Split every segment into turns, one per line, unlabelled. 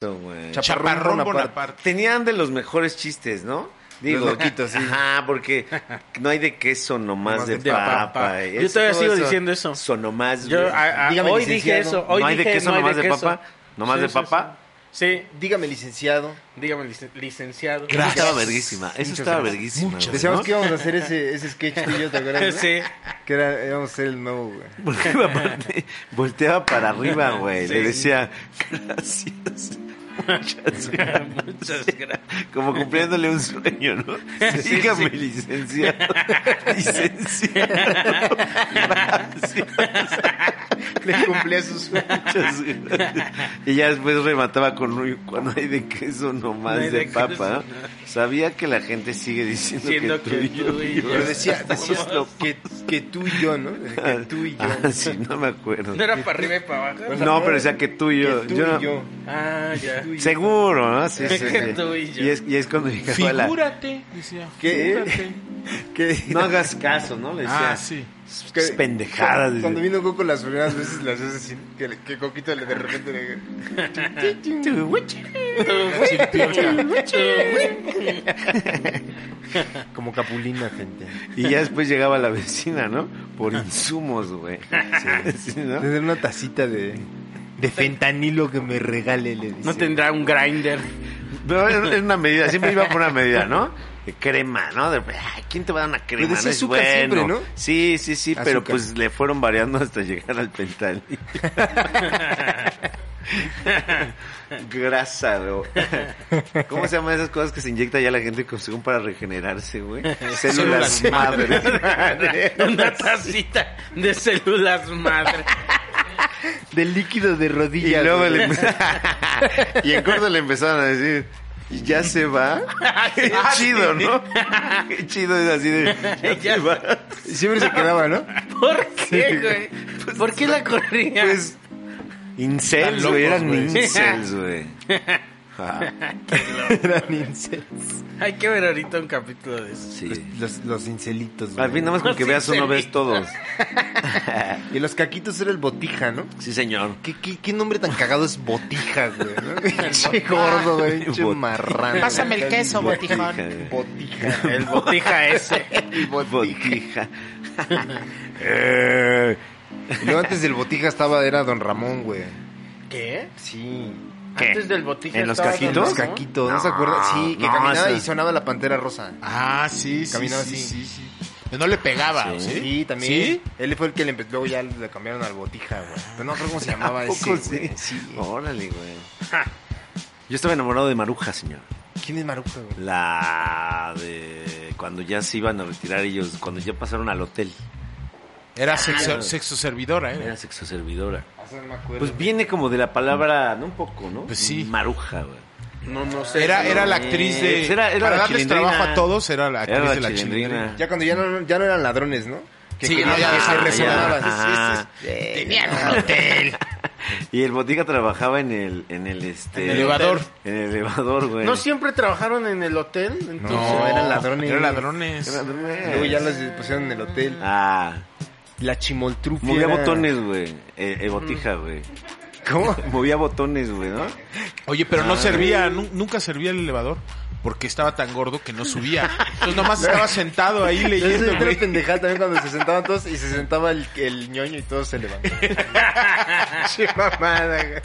güey.
Chaparrón Bonaparte.
Tenían de los mejores chistes, ¿no?
Los loquitos, sí.
Ajá, porque no hay de queso nomás de,
de
papa.
papa.
y
Yo todavía
todo
sigo diciendo eso.
Sonomás,
Yo
güey.
a- a-
Dígame,
hoy
licenciado,
dije eso. Hoy
¿no hay de
dije,
queso
no hay
nomás de
queso.
papa? ¿Nomás de papa?
Sí, sí.
Dígame, licenciado.
Sí, dígame, lic- licenciado.
Eso estaba verguísima. Eso estaba verguísima. güey,
Decíamos
¿no?
que íbamos a hacer ese, ese sketch tú y yo, ¿te acuerdas? no?
Sí.
Que era, íbamos a hacer el nuevo, güey.
Porque iba para- volteaba para arriba, güey. Le decía, gracias. Muchas gracias.
Muchas gracias.
Como cumpliéndole un sueño, ¿no?
Sí,
Dígame,
sí.
licenciado. Licenciado. Gracias.
Le cumplía sus sueños.
Muchas gracias. Y ya después remataba con "Uy, cuando hay de queso nomás
No hay
de,
de
papa.
queso,
¿no? Sabía que la gente sigue diciendo
Diciendo
que,
que
tú y yo.
tú y yo.
Pero decía, decía
Nomás lo-
que, que tú y yo, ¿no? Que tú y yo.
Ah, sí, no me acuerdo.
No era para arriba y para abajo.
No, pero decía que tú y yo.
Que tú
Yo no-
y yo.
Ah, ya.
Tú y yo.
Seguro, ¿no? Sí, sí,
Que
sí.
tú y yo.
es, y es cuando llegaba la...
Figúrate, decía.
¿Qué?
Figúrate.
Que-
No hagas caso, ¿no? Le decía...
Ah, sí.
que-
Es pendejada. dice.
Cuando vino Coco las primeras veces las hace así. Que, le- que Coquito le de repente le... Como capulina, gente.
Y ya después llegaba la vecina, ¿no? Por insumos, güey. Sí, ¿no?
Tener una tacita de, de fentanilo que me regale, le dice.
No tendrá un grinder.
Pero era era una medida, siempre iba por una medida, ¿no? De crema, ¿no? De, ay, ¿quién te va a dar una crema?
decía
No es
azúcar siempre, ¿no?
Sí, sí, sí, pero
Azúcar.
pues le fueron variando hasta llegar al pental. Grasa, ¿no? ¿Cómo se llaman esas cosas que se inyecta ya la gente con- según para regenerarse, güey? Células madre.
Una tacita de células madre.
De líquido de
Y
rodillas.
luego
güey.
le empe- y en corto le empezaron a decir, ¿y ya se va? Qué chido, ¿no? Qué chido es así de,
Ya va.
Siempre se quedaba, ¿no?
¿Por qué, güey? ¿Por qué la corría?
pues, incels,
Están
güey,
locos,
eran
güey.
incels, güey. Ah,
Eran incels.
Hay que ver ahorita un capítulo de eso.
sí.
Los, los incelitos, güey.
Al fin, nada más con que
Los
veas uno ves
incelitos.
todos.
Y los caquitos era el botija, ¿no?
Sí, señor.
¿Qué, qué, qué nombre tan cagado es botija, güey? ¿no? Pinche gordo, güey. Pinche
Botija.
marrano.
Pásame el queso, botijón.
Botija.
El botija ese.
El botija.
Botija.
Y luego Eh. antes del botija estaba, era Don Ramón, güey.
¿Qué?
Sí.
¿Qué?
Antes del botija.
¿En los
estaba
cajitos?
Don
Los
Ramón.
caquitos, ¿no,
No,
se acuerdan? Sí, que
Ah, no,
caminaba
esa-
y sonaba la pantera rosa.
Ah, sí, sí.
Caminaba
sí,
así.
sí, sí. Pero No le pegaba, ¿o
Sí.
¿sí?
Sí, también.
¿Sí?
Él fue el que le empezó, luego ya le cambiaron al botija, güey. Pero no creo cómo se llamaba
¿A
ese.
poco
güey.
sí?
Ah, Sí.
Órale, güey. Yo estaba enamorado de Maruja, señor.
¿Quién es Maruca, güey?
La de cuando ya se iban a retirar ellos, cuando ya pasaron al hotel.
Era sexo, sexo servidora, ¿eh?
Era sexo servidora.
Eso no me acuerdo.
Pues viene como de la palabra, ¿no? Un poco, ¿no?
Pues sí.
Maruja, güey.
No, no sé.
Era, era la
Eh,
actriz de...
pues era- era
para
la
darles
chilindrina.
trabajo a todos, era la actriz
Era la
de la chilindrina.
chilindrina.
Ya cuando ya no, ya no eran ladrones, ¿no? Que
Sí,
querían
no,
que
ya
se
dejaron, ya.
resonaban.
Ajá.
Tenían
Y el botica trabajaba en el, en el este.
En el elevador.
En el elevador, güey.
¿No siempre trabajaron en el hotel?
No,
Entonces,
eran ladrones.
Eran ladrones.
Era-
Luego ya los pusieron en el hotel.
Ah,
La chimoltrufia.
movía
era-
botones, güey. El, botija, güey.
¿Cómo?
Movía botones, güey, ¿no?
Oye, pero no servía, nu- nunca servía el elevador. Porque estaba tan gordo que no subía. Entonces nomás estaba sentado ahí
Eso
leyendo,
es otra
güey.
pendejada también cuando se sentaban todos y se sentaba el, el ñoño y todos se levantaban. Che mamada, güey.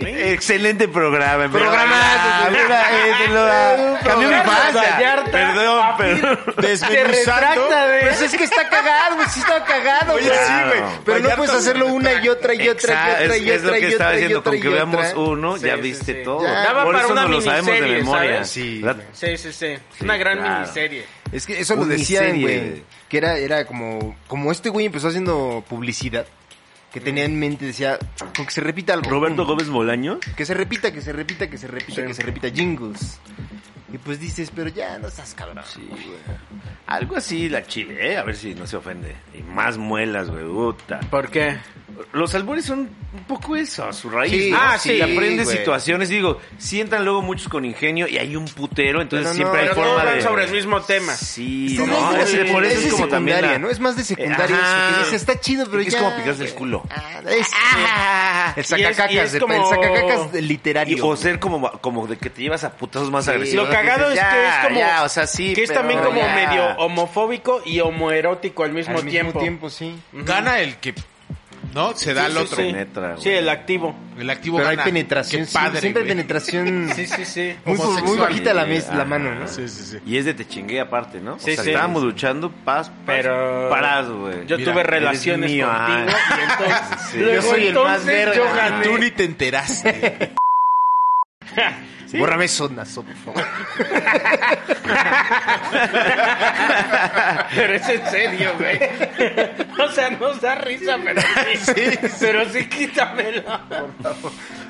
Excelente programa. en verdad.
Programazo, güey.
Mira, eh, te lo-
Un
Cambió mi
programa,
falda.
Vallarta.
Perdón, perdón.
Desmenuzando.
Pues es que está cagado, güey. Sí está cagado, güey.
Oye, sí, güey.
Pero no
Vallarta
puedes hacerlo una y otra y otra y
Exacto,
otra
es,
y otra y otra.
es lo que
y
estaba
otra, y
diciendo,
otra,
con
y
que veamos
otra.
uno,
Sí,
ya
sí,
viste
sí.
todo.
Ya.
Daba
Por
para
eso
una
no lo sabemos de
miniserie,
memoria.
¿sabes?
Sí,
La-
güey.
Sí, sí, sí.
Sí,
Una gran
claro.
miniserie.
Es que eso lo
Una
decían,
serie.
güey. Que era, era como, como este güey empezó haciendo publicidad. que tenía en mente, decía, con que se repita algo.
Roberto
Mm.
Gómez Bolaño.
Que se repita, que se repita, que se repita, que se repita jingles. Y pues dices, pero ya no estás cabrón.
Algo así la chile, ¿eh? A ver si no se ofende. Y más muelas, güey. puta.
¿Por qué?
Los albures son un poco eso, a su raíz.
Sí,
¿no?
ah, sí,
aprendes
güey.
situaciones, digo, sientan luego muchos con ingenio y hay un putero, entonces
Pero no,
siempre hay
Pero
forma
todos
de...
van sobre el mismo tema.
Sí,
Pero
no,
Este es de-
ese- por eso
es de
es como también
secundaria,
la-
¿no? Es más de secundaria
Ajá.
eso, que dices, está chido, pero
Es
ya,
como picarse el
güey.
culo.
Ah, es-
Y
el
es- y es
sacacacas, de-
como-
el sacacacas de
Y-
literario.
o ser como, como de que te llevas a putazos más
Sí,
agresivos.
Lo cagado es
Dices,
que es
"Ya,
como.
ya, o sea, sí,
Que es
pero
también como
ya".
medio homofóbico y homoerótico al mismo,
al mismo
tiempo.
tiempo. sí.
Gana el que, ¿no? Se da
Sí,
al
sí,
otro.
Sí,
Penetra, güey.
Sí, el activo.
El activo
Pero hay
gana.
penetración,
Qué
sí,
padre,
siempre hay
güey.
penetración
Sí, sí, sí.
muy, por- muy
Homosexual.
bajita la, mes,
Ajá.
la mano, ¿no?
Sí, sí, sí.
Y es de te chingué aparte, ¿no?
Sí,
o sea,
sí.
estábamos luchando, paz,
Pero-
pero... Parás, güey.
Yo
Mira,
tuve
eres
relaciones
mío,
contigo
ajá.
y entonces.
Sí.
luego
Yo soy
el más
entonces
verga.
Ah,
Yo gané.
Tú ni te enteraste.
Bórrame eso, Nazo, por favor.
Pero es en serio, güey. O sea, nos da risa, pero sí. Pero sí, quítamelo.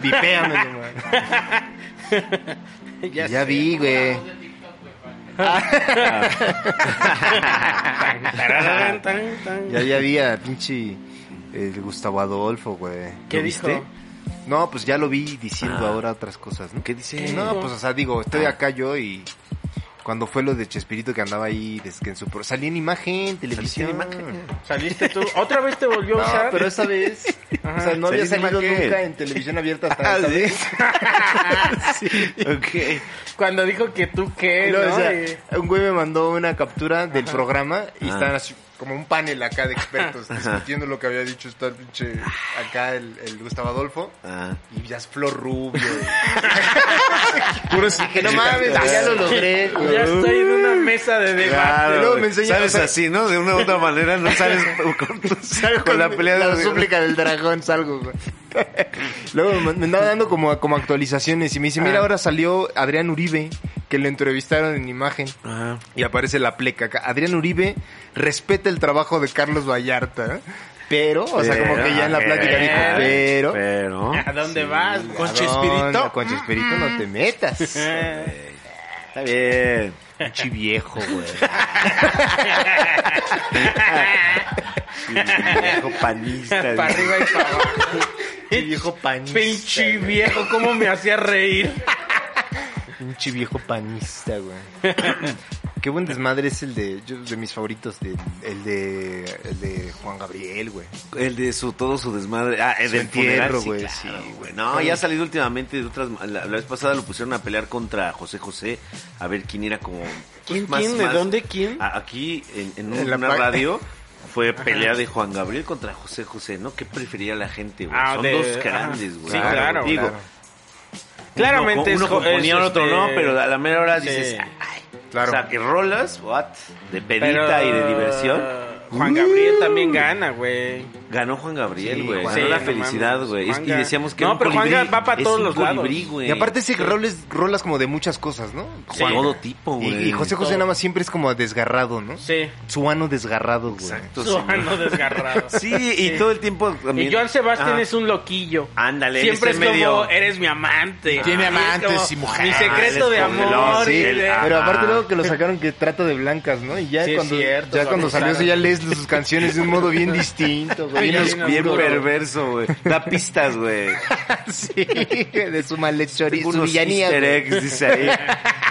Vipéamelo, man. Ya,
sé.
vi, güey.
Tararán, tan, tan.
Ya, ya vi a pinche el Gustavo Adolfo, güey.
¿Qué
¿Lo
dijo?
viste?
No, pues ya lo vi diciendo
Ah.
ahora otras cosas, ¿no?
¿Qué dice?
No, pues o sea, digo, estoy
Ah.
acá yo y cuando fue lo de Chespirito que andaba ahí, desde que en su pro- salí en imagen, televisión.
imagen?
¿Saliste tú? ¿Otra vez te volvió a
No,
usar?
pero esa vez, o sea, no había
Salí en
salido
imagen.
nunca en televisión abierta hasta
Ah,
esa
¿sí?
vez.
Ok.
Cuando dijo que tú qué,
Y luego,
¿no?
o sea,
Y-
un güey me mandó una captura del programa y
Ah.
están así como un panel acá de expertos discutiendo lo que había dicho está el pinche acá el, el Gustavo Adolfo
Ah.
y ya es Flor Rubio.
Puros
Ah, que no mames, que ya lo logré. güey.
Ya estoy en una mesa de debate.
Claro,
luego me
güey.
enseña-
sabes
o sea-
así, ¿no? De una u otra manera no sabes con, tu- con la pelea de
la súplica del dragón salgo. güey. Luego me, me andaba dando como, como actualizaciones y me dice, mira, ahora salió Adrián Uribe, que lo entrevistaron en imagen.
Ajá.
Y aparece la pleca acá. Adrián Uribe respeta el trabajo de Carlos Vallarta, ¿eh? pero, o sea, como que ya en la plática dijo, pero...
Pero.
¿A dónde vas? Pues, güey?
Con
Chespirito.
Chespirito.
Con Chespirito no te metas.
Está bien.
Pinche viejo, güey.
Sí, viejo panista.
Para arriba y para abajo.
Pinche viejo panista.
Pinche viejo, cómo me hacía reír.
Pinche viejo panista, güey. Qué buen desmadre es el de, yo, de mis favoritos, de- el de, el de Juan Gabriel, güey.
El de su, todo su desmadre. Ah, el
Su
del
entierro,
entierro,
güey,
güey.
sí,
Sí, güey. No, ya ha salido últimamente de otras. La, la vez pasada lo pusieron a pelear contra José José. A ver quién era como. pues,
¿Quién,
más-
quién? ¿De
más-
dónde? ¿Quién?
a- aquí, en, en un-
En la
una
pa-
radio. Fue pelea de Juan Gabriel contra José José, ¿no? ¿Qué prefería la gente, güey?
Ah,
Son
de-
dos
ajá.
grandes, güey.
Sí, claro,
Digo,
claro.
Claramente
uno,
es jo-
uno componía,
es,
otro
este-
no, pero a la mera hora
Sí.
dices, ay,
Claro.
o sea, que rolas, what, de
Pero,
pedita y de diversión, Mm.
Juan Gabriel también gana, güey.
ganó Juan Gabriel,
Sí,
güey,
Juan.
ganó
Sí,
la
no
felicidad,
mames.
güey, Es-
Juan
y
Ga-
decíamos que
No,
era un
pero Juan Ga-
colibrí,
va para
es
todos
un
los lados.
colibrí, güey.
Y aparte ese roles, rolas como de muchas cosas, ¿no?
Juan, todo tipo,
Y,
güey.
y José José nada más siempre es como desgarrado, ¿no?
Sí.
Su ano desgarrado, güey.
Exacto,
Su
sí.
mano desgarrado.
Sí, y todo el tiempo
Y
también-
Joan Sebastián
Ah.
es un loquillo.
Ándale,
Siempre
él
es
está en
como,
medio-
eres mi amante.
Tiene
Y es
amantes
como,
y mujeres.
Mi secreto
Él
de
es
amor.
comelón,
Sí,
y
él-
de-
ah.
pero aparte luego que lo sacaron que trata de blancas, ¿no? Y ya
Sí, es
cuando,
cierto,
ya
lo
cuando salió eso
acusaron.
ya lees sus canciones de un modo bien distinto, güey.
Bien
Bien
oscuro,
Bien
oscuro, güey.
perverso, güey. Da pistas, güey.
Sí, de su malhechoría, su
Unos
villanía.
easter
güey.
eggs, dice ahí.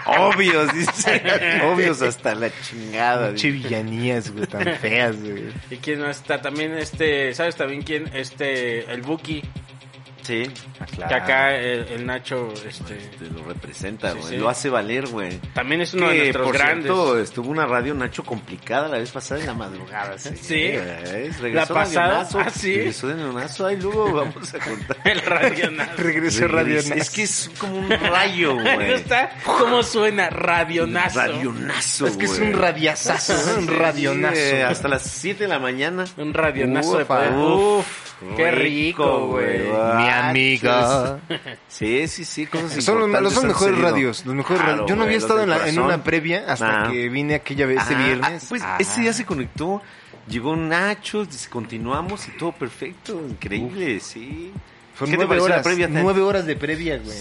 Obvios, dice. Obvios hasta la chingada.
Pinche
dice.
villanías, güey, tan feas, güey.
¿Y quién más está? También este, ¿sabes también quién? Este, el Buki,
Sí,
que
Ah.
acá el, el Nacho, este,
Te lo representa,
Sí,
güey.
sí.
Lo hace valer, güey.
también es uno
Que,
de nuestros
por
grandes.
Cierto, estuvo una radio Nacho complicada la vez pasada en la madrugada. Sí.
Sí.
¿eh? Regresó
La pasada,
Neonazo,
ah, sí.
Regresó de neonazo. Ahí luego vamos a contar.
el radio Nazo.
Regresó Radio
Regresa- Es que es como un rayo,
¿No
güey.
está? ¿Cómo suena? Radionazo.
Radionazo,
Es que es
güey.
un radiazazo, ¿no? un
Sí,
radionazo.
eh, hasta las 7 de la mañana.
Un radionazo de
Ufa.
poder. Uf, qué rico, güey.
Mi amiga.
Sí, sí, sí, cosas
Son los, los
importantes
son
han
mejores
salido.
radios, los mejores
Claro,
radios. Yo no
güey,
había
los
estado
del
en, la- en
corazón.
una previa hasta
Nah.
que vine aquella vez, ese
Ajá.
viernes.
Ah, pues
Ajá.
ese día se conectó Llegó Nachos, dice, continuamos y todo perfecto, increíble, sí.
Fueron
¿Qué te
nueve
pareció
horas,
la previa? Tan-
nueve horas de previa, güey.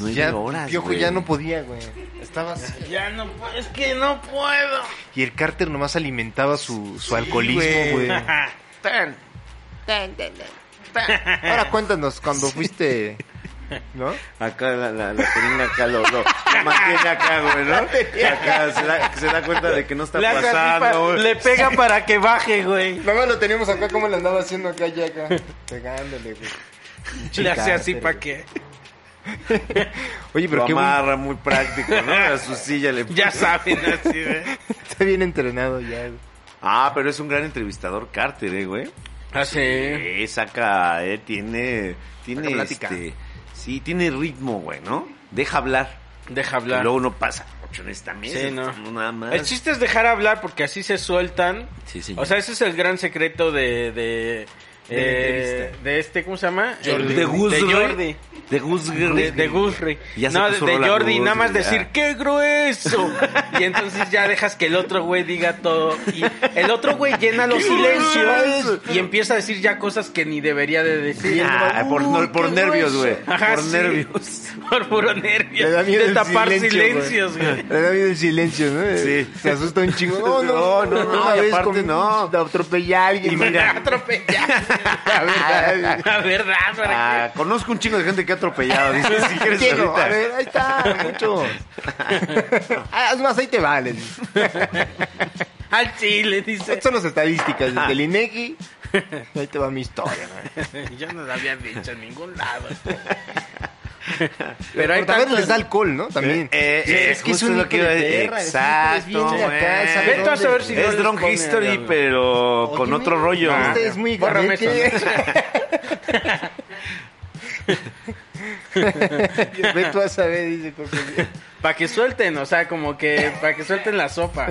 Nueve
ya,
horas,
Piojo
güey.
ya no podía, güey. Estaba así.
Ya no puedo, es que no puedo.
Y el Carter nomás alimentaba su, su alcoholismo, güey.
Tan.
Ahora cuéntanos, cuando fuiste... ¿No?
Acá la, la, la jeringa acá lo, lo- lo mantiene acá, güey, ¿no? Acá se da, se da cuenta de que no está
Le, hace así pa-
pasando, güey.
le pega para que baje, güey.
Nomás lo teníamos acá como lo andaba haciendo acá y acá. Pegándole, güey.
Le hace así
Carter,
para que.
Oye, pero
Lo
qué bueno.
amarra muy práctico, ¿no? A su silla le
Ya saben, así, ¿eh?
Está bien entrenado ya, güey.
Ah, pero es un gran entrevistador Carter, ¿eh, güey.
ah,
Eh, saca, eh, tiene, tiene
Saca plática.
este, sí, tiene ritmo, güey, ¿no? Deja hablar.
Deja
Y
hablar.
luego no pasa mucho en esta mesa.
Sí, no.
Nada más.
El chiste es dejar hablar porque así se sueltan.
Sí, señor.
O sea, ese es el gran secreto de. de
De la
eh, de este, ¿cómo se llama? El-
De Gus
de
Ray.
Jordi.
De Gus Ray.
De, de Gusri.
Ya se
No, de,
puso
de
rola
Jordi,
Gus
nada más
Ray, ya.
decir, ¡qué grueso! Y entonces ya dejas que el otro güey diga todo. Y el otro güey llena los silencios y empieza a decir ya cosas que ni debería de decir.
Ah, por,
Uy,
por
qué
nervios, güey.
grueso.
Ajá,
Por
sí.
nervios.
Por puro nervio.
Le da miedo
De
el
tapar
silencio,
silencios, güey.
Le da miedo el silencio, ¿no? Eh,
Sí.
Se asusta un chingo. No, no, no, no,
no,
una
y
vez
aparte
con-
no.
Atropellé a alguien. Ah,
Atropellar.
La verdad.
La verdad, para
Ah, conozco un chingo de gente que ha atropellado. Dice, si quieres
Diego,
ahorita.
a ver, ahí está, muchos. Ah, Haz más, ahí te valen.
que- Al chile, dice.
Estas son las estadísticas del INEGI. Ahí te va mi historia. ¿no?
Yo no lo había dicho en ningún lado. Pero ahí
Porque a ver,
tanto-
les da alcohol, ¿no? También.
Eh,
Sí,
eh,
es que es
justo
un
lo
hijo
que iba
de
a decir.
perra, es un hijo
Exacto,
de bien de acá,
güey.
sabe
Ve tú a saber si no
Es
les
Drunk
pone
History,
algo.
pero
Oye,
con
mira,
otro rollo.
Este es muy
Bórrame
gabete.
eso,
Ve tú a saber, dice. porque-
Para que suelten, o sea, como que para que suelten la sopa.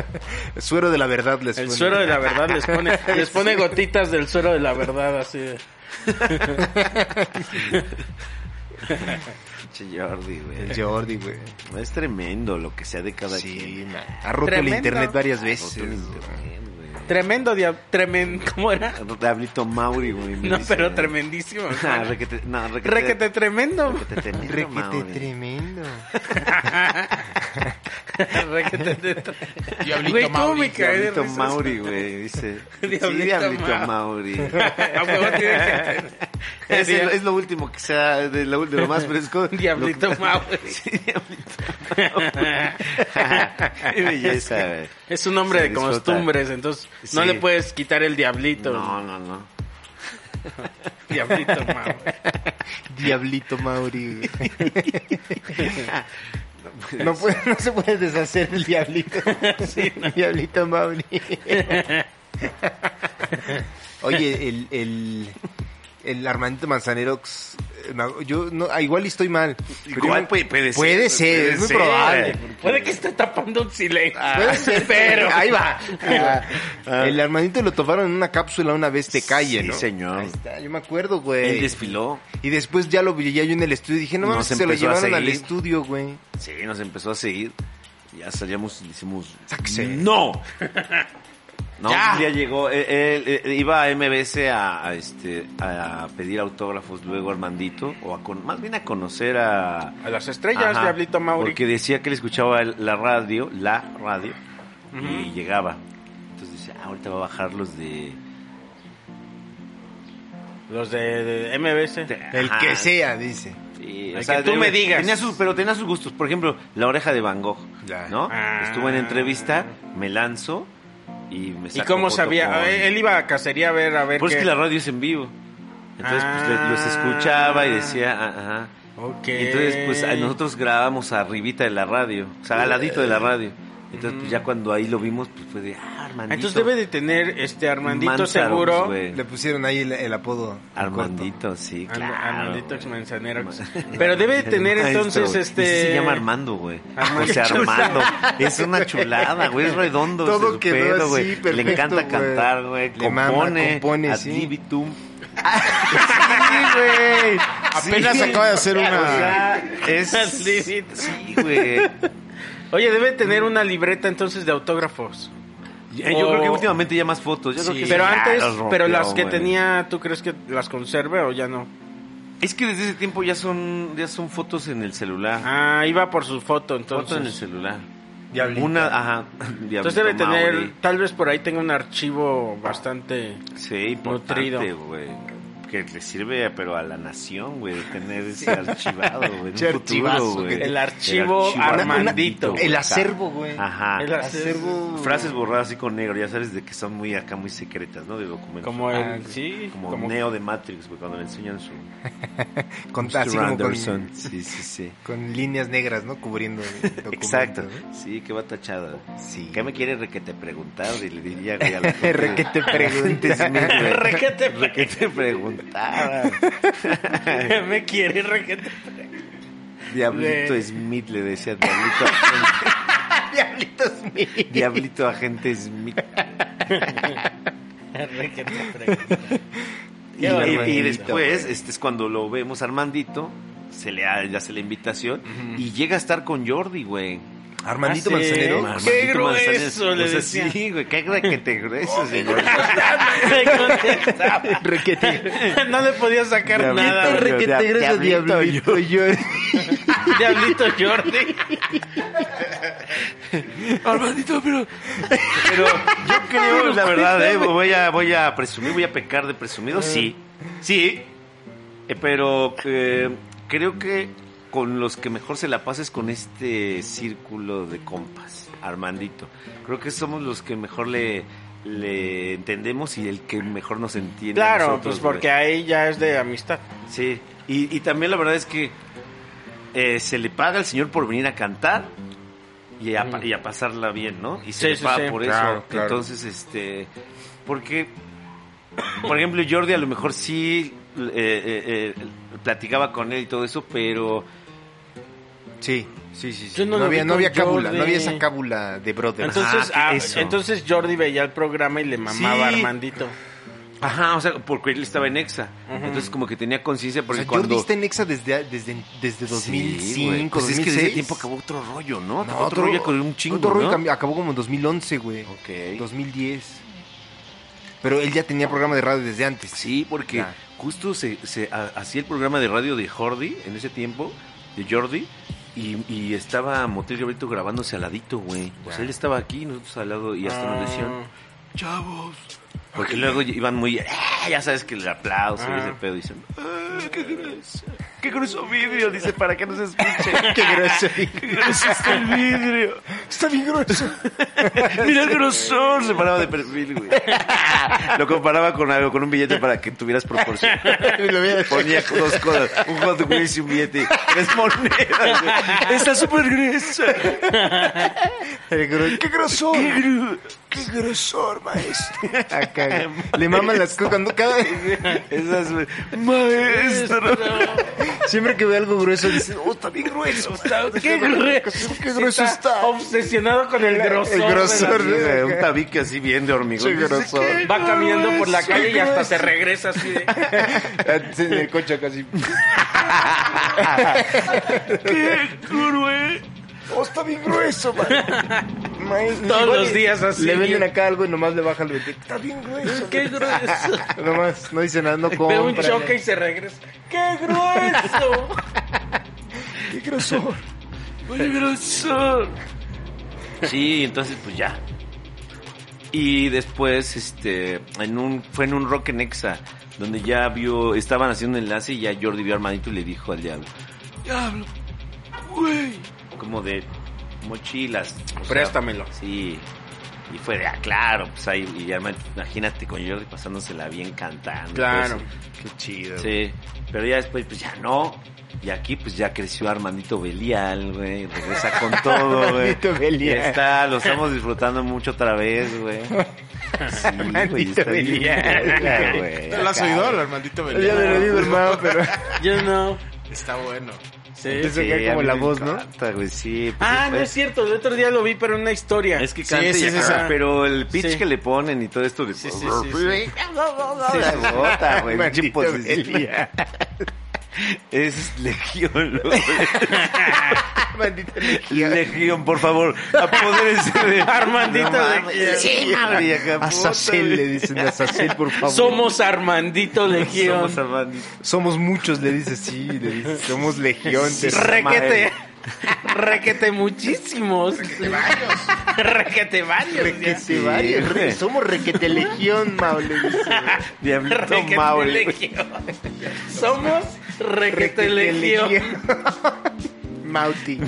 El suero de la verdad les
El
pone.
suero de la verdad les pone, les pone gotitas del suero de la verdad, así. de-
Che, Jordi, güey.
El Jordi, güey.
Es tremendo lo que sea de cada
Sí,
quien.
man. Ha roto
Tremendo.
el internet varias veces.
Otro internet, güey.
Tremendo, dia- tremendo, ¿cómo era?
Diablito Mauri, güey. me
No,
dice,
pero
¿no?
tremendísimo.
Ah, requete, no, requete,
Requete tremendo.
requete tremendo,
Requete
Mauri.
tremendo.
Requete tre-
Diablito
Güey, ¿cómo
Mauri,
me caí de
Diablito
risas?
Mauri, güey, dice. Sí,
Diablito
Diablito
Mau-
Mauri.
A huevo tiene que tener.
Es, el- es lo último que sea de lo, de lo más fresco.
Diablito
Lo-
Mauri.
Sí, Diablito Mauri. Qué belleza, güey.
Es un hombre
Se
de
disfruta.
costumbres, entonces no
Sí.
le puedes quitar el diablito.
No, no, no.
Diablito Mauri.
Diablito Mauri, güey. No, puede- no se puede deshacer el diablito. Diablito Mauri. Oye, el, el, el Armandito Manzanero, x- eh, no, yo no, ah, igual estoy mal. pero yo
Igual
me-
puede, puede ser.
Puede ser, es muy probable.
Puede que esté tapando un silencio.
Puede ser,
pero.
Ah. Ahí va. ahí va. El Armandito lo toparon en una cápsula una vez de calle,
Ah. Sí,
¿no?
señor.
Ahí está, yo me acuerdo,
Él
güey.
desfiló.
Y después ya lo vi ya yo en el estudio y dije, no
Nos
mames, se lo
empezó a
llevaron al
seguir.
estudio, güey.
Sí, nos empezó a seguir. Ya salíamos y decimos,
Sáquese.
¡No! No,
Ya.
un día llegó, él, él, eh, iba a MBC a, a, este, a pedir autógrafos luego a Armandito, o a con, más bien a conocer a...
A las estrellas,
Ajá,
Diablito Mauri.
Porque decía que le escuchaba el- la radio, la radio, y llegaba. Entonces decía, "Ah, ahorita va a bajar los de...
Los de, de MBS.
El
Ajá,
que sea, dice.
Sí,
El que tú
de-
me digas.
Tenía sus, pero tenía sus gustos. Por ejemplo, la oreja de Van Gogh,
Ya.
¿no?
Ah.
Estuvo en entrevista, me lanzo y me
¿Y
saco
cómo
foto
sabía?
con-
A ver, Él iba a cacería a ver, a ver.
Pues
qué-
es que la radio es en vivo. Entonces, pues le-
Ah.
los escuchaba y decía, ah, ajá.
Ok.
Y entonces, pues a- nosotros grabamos arribita de la radio, o sea, al ladito de la radio. Entonces, pues ya cuando ahí lo vimos, pues fue de, ah, Armandito.
Mm. Entonces debe de tener este Armandito
Mántaros,
seguro.
güey.
Le pusieron ahí el, el apodo.
Armandito, sí,
Ar-
claro.
Armandito
güey.
Exmanzanero. Pero debe de tener
Maestro,
entonces
güey.
este.
Sí, Se llama Armando, güey.
Armando.
José Armando. Es una chulada, güey. Es redondo.
Todo
es su
quedó
pedo,
así,
güey. Le
perfecto,
encanta
güey.
cantar, güey.
Le mama,
Compone.
compone,
ad
sí.
libitum.
Sí, güey.
Apenas acaba de hacer
O
una...
sea, es...
Sí, sí.
Sí, güey.
Oye, debe de tener una libreta entonces de autógrafos.
Ya, Yo
O-
creo que últimamente ya más fotos. Pues Yo creo que
Pero
sí, ya
antes,
las rompió,
pero las que
güey.
tenía, ¿tú crees que las conserve o ya no?
Es que desde ese tiempo ya son, ya son fotos en el celular.
Ah, iba por su foto
fotos en el
entonces.
celular.
Diablito.
Una, ajá.
Entonces
Diablito
debe tener,
Mauri.
tal vez por ahí tenga un archivo bastante...
Sí, importante,
nutrido.
güey. Que le sirve, pero a la nación, güey, de tener ese archivado, güey. en
Che,
un futuro,
archivazo que
güey.
te-
El archivo Armandito.
güey.
El acervo, güey.
Ajá.
El acervo...
Frases borradas así con negro, ya sabes de que son muy acá, muy secretas, ¿no? De documentos.
Como el... sí,
Ah, Como,
como-
Neo de Matrix, güey, cuando le enseñan su...
Con,
su
así como
Anderson.
con,
Sí, sí, sí.
con líneas negras, ¿no? Cubriendo el documento,
Exacto.
¿no?
Sí, que va tachada.
Sí.
¿Qué me quiere requete preguntar? Y le diría, güey, a la gente.
Re que te preguntes,
güey.
Requete-
Requete preguntaba.
me quiere requete.
Diablito
Le-
Smith le decía Diablito Agente,
Diablito Smith.
Diablito Agente Smith. Y,
Qué
y- y
barbaridad,
después este es cuando lo vemos a Armandito, se le, ha- le hace la invitación y llega a estar con Jordi, güey.
Armandito
Ah, sí.
Manzanero.
Mar-
Armandito
Qué grueso,
Manzanés.
le
O sea,
decía.
Sí, güey, qué requete grueso, señor.
Requete.
no le podía sacar
Diablito,
nada. güey.
Requete gracias,
Diablito,
Diablito. Yo.
Diablito Jordi.
Pero yo creo, la verdad, eh, voy, a, voy a presumir, voy a pecar de presumido, sí. Sí. Eh, pero eh, creo que con los que mejor se la pases con este círculo de compas, Armandito. Creo que somos los que mejor le, le entendemos y el que mejor nos entiende. a
Claro,
nosotros,
pues porque
güey.
ahí ya es de amistad.
Sí. Y, y también la verdad es que eh, se le paga al señor por venir a cantar y a,
Mm.
pa- y a pasarla bien, ¿no? Y se
Sí,
le
sí,
paga
sí.
por
Claro,
eso.
claro.
Entonces, este. Porque, por ejemplo, Jordi a lo mejor sí eh, eh, eh, platicaba con él y todo eso, pero.
Sí, sí, sí. sí.
Yo no
No,
lo
había,
vi
no
con
había cábula,
Jordi.
no había esa cábula de brother.
Entonces,
Ah,
ah,
eso.
entonces Jordi veía el programa y le mamaba a
Sí.
Armandito.
Ajá, o sea, porque él estaba en Exa. Entonces, como que tenía conciencia
O
porque
sea, Jordi
cuando.
está en Exa desde, desde, desde
Sí,
2005,
güey. Pues es que desde
2006.
ese tiempo acabó otro rollo, ¿no?
No,
Acabó otro, rollo con un chingo.
otro rollo
¿no?
cambi- acabó como en 2011, güey.
Ok.
2010. Pero él ya tenía programa de radio desde antes.
Sí, porque
Ya.
justo se, se ha- hacía el programa de radio de Jordi en ese tiempo, de Jordi, y, y estaba Motel Gabrito grabándose al ladito, güey. O sea, él estaba aquí, nosotros al lado, y hasta nos
Ah.
decían, chavos. Porque luego iban muy, "Ah", ya sabes que el aplauso y ese
Ah.
pedo, dicen, "Ah, qué grueso, qué grueso vidrio, dice, para que no se escuche.
Qué grueso.
Qué grueso está el vidrio.
Está bien grueso.
Mira el grosor, se paraba de perfil, güey. Lo comparaba con algo, con un billete para que tuvieras proporción. Ponía dos cosas, un hot wheels y un billete. Tres monedas, güey. Está súper grueso.
¡Qué grosor! ¡Qué grosor, maestro! Acá, le maman las cosas cuando cada
Esas, güey.
Este,
Maestro.
siempre que ve algo grueso dice, "Oh, está bien grueso."
Qué, grueso
qué grueso está.
Obsesionado con el grosor.
El grosor.
de
Eh, Un tabique así bien de hormigón.
Qué grosor.
la- Va caminando por la calle y hasta se regresa así de...
En el coche casi.
eh!
¡Oh, está bien grueso, man. Maestro,
Todos
igual
los días así.
Le venden acá algo y nomás le baja el vete. Está bien grueso.
¡Qué grueso!
Nomás, no dice nada, no
Ve
compra.
un choque y se regresa. ¡Qué grueso!
¡Qué grosor!
Sí, entonces pues ya. Y después, este, en un, fue en un rock en Exa, donde ya vio, estaban haciendo un enlace y ya Jordi vio a Armadito y le dijo al diablo, diablo, güey, como de mochilas. o sea,
Préstamelo.
sí. Y fue de, ah, claro, pues ahí, y Armadito, imagínate con Jordi pasándosela bien cantando.
Claro.
pues,
Qué chido.
Sí, pero ya después, pues ya no. Y aquí, pues ya creció Armandito Belial, güey. Regresa con todo, güey.
Armandito Belial.
Ya Está, lo estamos disfrutando mucho otra vez, güey. Sí, güey,
Armandito
está bien,
Belial.
verga, güey.
¿Lo has oído, el Armandito
Ya me lo digo, hermano, pero
Yo no.
Está bueno.
Sí.
Eso que hay
a
como
mí
la
me
voz, ¿no?
encanta, güey, sí. pues,
Ah,
es-
no es cierto. El otro día lo vi, pero en una historia.
Es que
Sí,
canta
sí,
y
sí,
acaba,
sí.
pero el pitch
Sí.
que le ponen y todo esto de...
Sí, sí, sí, sí.
Bota, güey, pinche
Maldito
posesivo.
Belial.
Es Legión.
Maldita legión.
Legión, por favor. Apodérense de
Armandito
No
de-
mames,
Sí,
güey, acá, puta,
Azazel, le dicen, Azazel, por favor.
Somos Armandito
güey.
Legión.
Somos Armandito.
Somos muchos, le dices, sí, le dices, somos legión. te-
Requete. Requete muchísimos. Requete varios.
Requete
ya.
varios, re- somos requete legión, Mao, le dice.
Diablito
Requete
Maule. güey.
legión. Somos requete legión.
Mauti.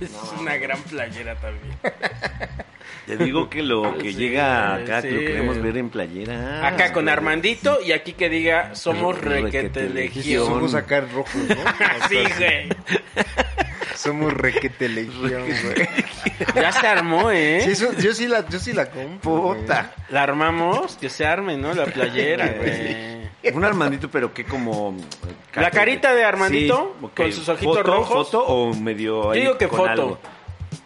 Es una gran playera también.
Te digo que lo que
Sí,
llega acá, que lo
sí.
queremos ver en playera.
Ah, Acá con
güey.
Armandito y aquí que diga somos requete
Requete
legión.
legión.
Somos acá rojos, ¿no?
Así, güey.
Somos requete legión, güey.
Ya se armó, ¿eh?
Sí, eso- yo sí la, yo sí la compro.
Puta.
La armamos, que se arme, ¿no? La playera, güey.
Un Armandito, pero que como. eh,
La carita de Armandito,
Sí, ok.
con sus ojitos
¿Foto,
rojos.
¿Foto o medio.?
Yo
ahí
digo que
con
foto.
algo?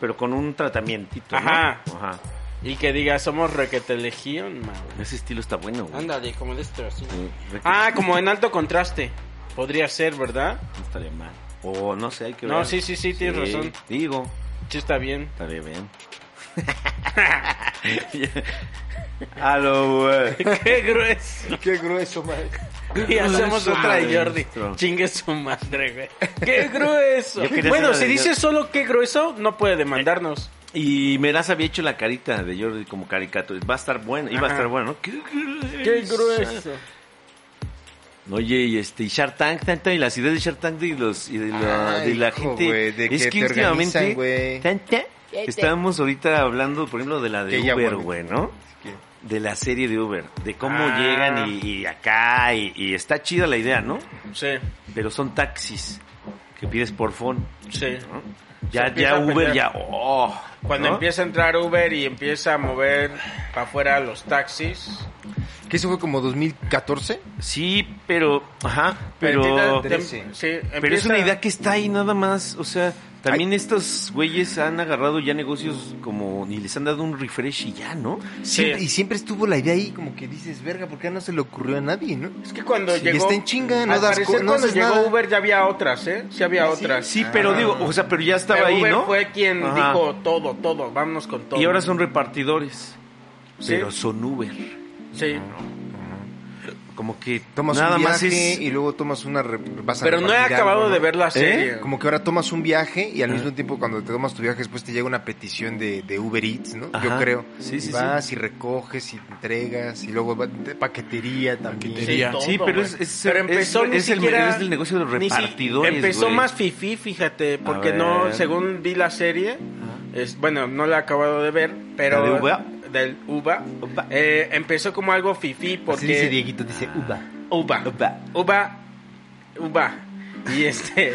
Pero con un tratamientito. ¿no?
Ajá.
Ajá.
Y que diga somos requete legión, Mau.
Ese estilo está bueno, güey.
Ándale, como de esto, así.
Sí, re-
Ah, como en alto contraste. Podría ser, ¿verdad?
No estaría mal. O no sé, hay que
No,
ver.
sí, sí, sí, tienes razón.
Digo,
Sí, está bien.
estaría bien. A lo güey.
Qué grueso.
Qué grueso, madre.
Y hacemos otra de Jordi.
maestro.
Chingue su madre, güey. Qué grueso.
Yo quería
Bueno,
hacer la
si
de
dice
Jordi.
solo qué grueso, no puede demandarnos.
Y Meraz había hecho la carita de Jordi como caricatura. Va a estar bueno, iba a
Ajá.
estar bueno, ¿no? Qué
Eh, Qué grueso.
Oye, y este, y Shark Tank, tanta, y las ideas de Shark Tank y, los, y de la,
Ay,
de la
hijo,
gente.
güey, de que te organizan, güey.
tanta, estábamos ahorita hablando, por ejemplo, de la de
Que ya,
Uber,
bueno.
güey, ¿no?
que-
De la serie de Uber, de cómo
Ah.
llegan y, y acá, y, y está chida la idea, ¿no?
Sí,
Pero son taxis que pides por phone.
sí.
¿no? Ya,
empieza a
ya Uber,
pelear.
ya, oh,
Cuando
¿no?
empieza a entrar Uber y empieza a mover para afuera los taxis.
Que eso fue como 2014.
Sí, pero, ajá, pero...
Empieza-
Trece.
em, sí,
Pero es
empieza-
una idea que está ahí nada más, o sea, también estos güeyes han agarrado ya negocios como ni les han dado un refresh y ya, ¿no?
Siempre- Y siempre estuvo la idea ahí, como que dices, verga, ¿por qué no se le ocurrió a nadie, no?
Es que cuando
Sí,
llegó.
está en chinga, no
al
Ah, das
parecer
co- no
cuando
haces
llegó
nada.
Uber ya había otras, ¿eh? Sí había otras.
Sí, pero
Ah.
digo, o sea, pero ya estaba
Pero
ahí,
Uber
¿no?
fue quien
Ajá.
dijo todo, todo, vámonos con todo.
Y ahora son repartidores,
Sí.
pero son Uber.
Sí.
Como que
Tomas
nada
un
más
viaje
es
y luego tomas una... re- vas a
Pero no he
repartir
acabado
algo, ¿no?
de ver
¿Eh?
la serie.
Como que ahora tomas un viaje y al mismo tiempo cuando te tomas tu viaje después te llega una petición de, de Uber Eats, ¿no? Yo
Ajá.
creo.
Sí, sí,
y vas y recoges y entregas y luego va- de paquetería también.
Paquetería. todo,
Sí, pero
güey.
es, es-
Pero
es-
empezó ni
es el,
siquiera-
es el negocio de los
Ni si-
repartidores.
empezó
güey.
más fifí, fíjate, porque
ver.
no, según vi la serie, es, bueno, no la he acabado de ver, pero...
¿La de Uva?
Del Uva.
Uva.
Eh, empezó como algo
Así
fifí
dice
porque...
Dieguito, dice Uba.
Uva.
Uva.
Uva. Uva. Y este...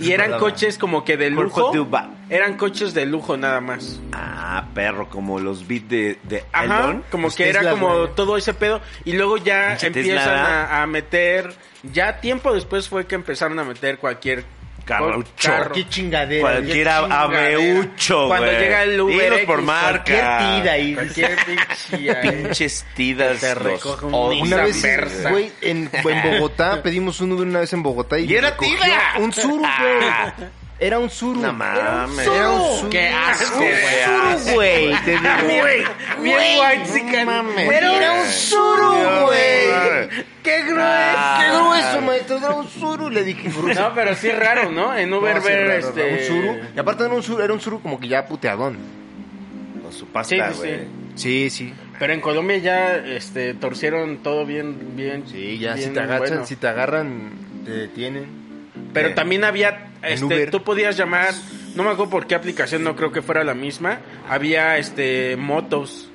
Y eran
Palabra.
coches como que de
Cuerpo
lujo.
de uva.
Eran coches de lujo nada más.
Ah, perro, como los beats de, de
Ajá,
Elon.
como
Pues
que era
Tesla,
como
güey.
todo ese pedo. Y luego ya
Pinche Tesla,
empiezan
¿verdad?
a, a meter. Ya tiempo después fue que empezaron a meter cualquier
Carro,
co-
chorro.
Qué chingadera.
Cualquier ab-
chingadera.
abeucho, güey.
Cuando llega el Uber
Dilos
X,
por
Cualquier
marca.
tida ahí.
Cualquier pinche, ay,
Pinches tidas.
Te
los
recoge un
odio.
Nissan
Una vez,
Versa.
güey, en, en Bogotá pedimos un Uber una vez en Bogotá y,
¡Y era
recogió
tira!
un suru,
Ah,
güey. Era un suru.
No
Era un
mames.
suru.
Era un
¡Qué asco,
Era un suru, güey. Te digo.
Bien- bien white chican. Pero
Era un suru, güey.
¡Qué grueso!
Qué grueso, maestro. Era un suru, le dije. grueso.
No, pero sí es raro, ¿no? En Uber
No, sí,
ver
raro,
este.
Un suru. Y aparte era un suru, era un suru como que ya puteadón.
Con su
Sí,
pasta,
sí,
güey.
sí.
Sí, sí.
Pero en Colombia ya este, torcieron todo bien, bien.
Sí, ya si
bien
te agachan,
bueno.
si te agarran, te detienen.
Pero
Eh,
también había,
en
este,
Uber.
tú podías llamar, no me acuerdo por qué aplicación, no creo que fuera la misma, había, este, motos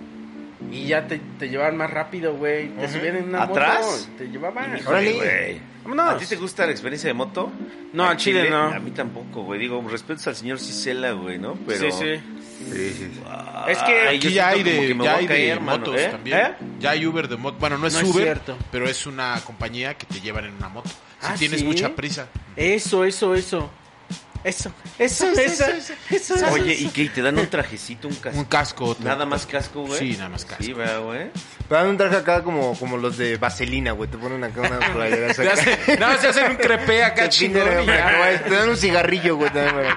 y ya te, te llevaban más rápido, güey, te subían en una
¿Atrás?
moto, te llevaban.
Órale.
Sí, güey.
Vámonos.
¿A ti te gusta la experiencia de moto?
No, al chile no.
A mí tampoco, güey. Digo, respetos al señor Cicela, güey, ¿no? Pero...
Sí, sí.
Sí, sí, sí.
Ah,
Es que
ay, yo
Aquí ya hay
siento como
de,
que me voy
ya
a
hay de
caer, mano,
motos
¿eh?
también.
¿Eh?
Ya hay Uber de moto. Bueno, no es
No es
Uber,
cierto.
pero es una compañía que te llevan en una moto. Si
Ah,
tienes
¿sí?
mucha prisa.
Eso, eso, eso. eso, eso, eso, eso, eso.
Oye, ¿y qué? ¿Te dan un trajecito, un casco?
Un casco.
¿Nada más casco, güey?
Sí, nada más casco.
Sí, va, güey.
Pero hay un traje acá como, como los de vaselina, güey. Te ponen acá una playera.
Te hace- no, se hacen un crepe acá
Te
chingón.
pintan,
y ya.
güey, Te dan un cigarrillo, güey. también, güey.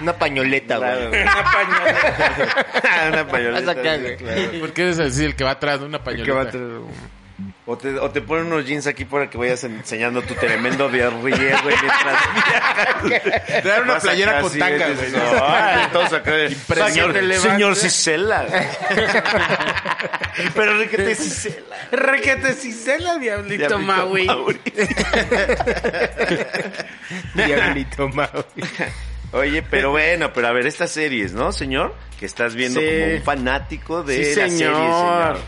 Una pañoleta,
Claro,
güey.
güey.
Una pañoleta.
Una pañoleta,
Vas acá,
sí,
güey.
claro.
Porque eres así el que va atrás de una
Que va a
pañoleta.
traer-
O te, o te ponen unos jeans aquí para que vayas enseñando tu tremendo diarrea, güey, mientras viajas.
Te dan una
Vas
playera
acá
con
así,
tanga,
dices,
güey.
"No, ay, todos acá de,
Impresionante.
Señor, señor Cicela. Pero requete Cicela.
Requete Cicela, diablito Maui.
Diablito Mau.
Oye, pero bueno, pero a ver, estas series, ¿no, señor? Que estás viendo
Sí.
como un fanático de
Sí,
la serie,
señor.
señor.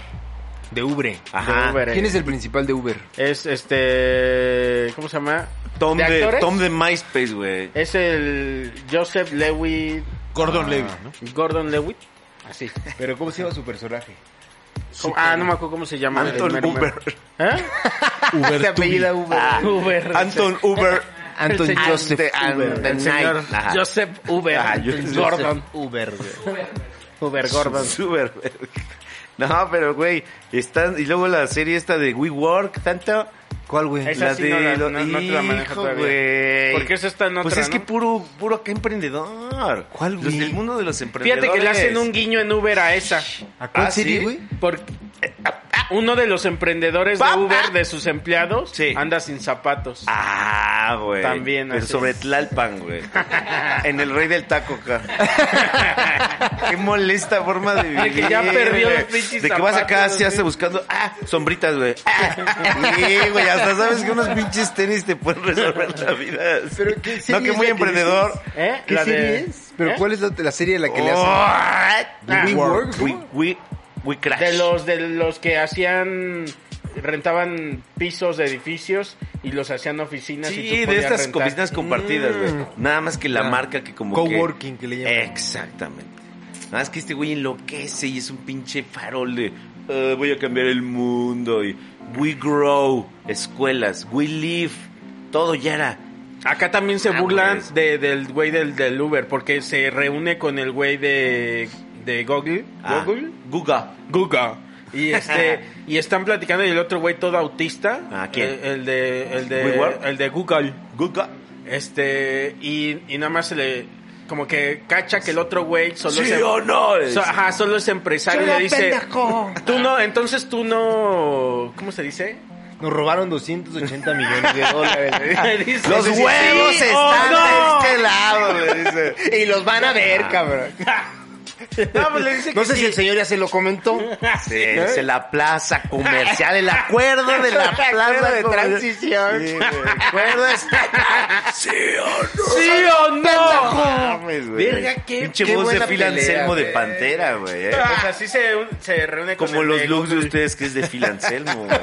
De Uber.
Ajá.
De Uber. eh.
¿Quién es el principal de Uber?
Es este. ¿Cómo se llama?
Tom
¿De
de,
actores?
Tom de MySpace, güey.
Es el Joseph Lewitt.
Ah.
Gordon Levy, ¿no?
Gordon Lewitt. Así.
Pero ¿cómo se llama su personaje?
¿Cómo- Ah, no me acuerdo cómo se llama. el
Anton
mero, mero.
Uber.
¿Eh? Ah,
Se apellida Uber.
Uber.
Anton Uber.
Anton
El señor-
Joseph
Ante-
Uber.
El señor
Ajá.
Joseph Uber.
Ah, yo-
El
Joseph.
Gordon.
Uber, güey.
Uber Gordon.
Súper, güey. No, pero güey, están y luego la serie esta de WeWork, tanto
¿Cuál, güey?
Esa sí no la- no- no te la manejo
Hijo,
todavía.
güey.
Porque esa está en
Pues
otra,
es que
¿no?
puro puro acá emprendedor.
¿Cuál,
Los
güey?
del mundo de los emprendedores.
Fíjate que le hacen un guiño en Uber a esa.
¿A cuál
Ah,
serie,
¿sí?
güey?
Porque eh, ah, ah, uno de los emprendedores de
Papá.
Uber, de sus empleados,
Sí.
anda sin zapatos.
Ah, güey.
También,
Pero
así
sobre
es.
Tlalpan, güey. en el rey del taco, acá. Qué molesta forma de vivir.
De que ya perdió
güey.
los pinches
De que vas acá,
zapatos,
así hasta
güey.
buscando. Ah, sombritas, güey. Ah. Sí, güey, hasta sabes que unos pinches tenis te pueden resolver la vida.
¿Pero qué
No,
serie
que muy
es la que
emprendedor.
dices?
¿Eh?
¿Qué
La
serie
de-
es? ¿Pero
¿Eh?
cuál es la, la serie a la que le hacen?
Oh,
Ah,
we
WeWork,
work, we,
¿cómo?
we, we crash.
De los de los que hacían rentaban pisos de edificios y los hacían oficinas y tú
Sí, de
podías
estas
rentar. Mm.
oficinas compartidas, güey. Nada más que la
Ah.
marca que como que...
Coworking, que Eh, le llaman.
Exactamente. Nada más que este güey enloquece y es un pinche farol de... "Ah, voy a cambiar el mundo y... We grow, escuelas, we live, todo ya era...
Acá también se
Ah,
burlan
pues.
de- del güey del, del Uber porque se reúne con el güey de de Google,
ah,
Google,
Google.
Google. Y este y están platicando y el otro güey todo autista,
Ah, ¿quién?
eh, El, de el de
WeWork?
el de Google.
Google.
Este y, y nada más se le como que cacha que el otro güey solo
Sí
se-
o no.
So- ajá, solo es empresario y le dice, tú no, entonces tú no, ¿cómo se dice?
Nos robaron 280 millones de dólares.
Le dice-
Los
le dice,
huevos
"Sí o
están
no".
de este lado, le dice.
oh, y los van a ver, cabrón.
No, pues le dice
No
que
sé si
sí.
el señor ya se lo comentó.
Sí, es en la plaza comercial, el acuerdo de la
El acuerdo
plaza
de
comercial.
transición.
Sí, güey, acuerdo es- Sí o no.
Sí o no.
Mames, güey.
Verga, qué-
Pinche
qué
voz de
buena
Phil
pelea,
Anselmo de
güey.
Pantera, güey. eh.
Pues así se, se reúne con
Como
el
los
de
looks de
Google.
ustedes que es de Phil Anselmo, güey.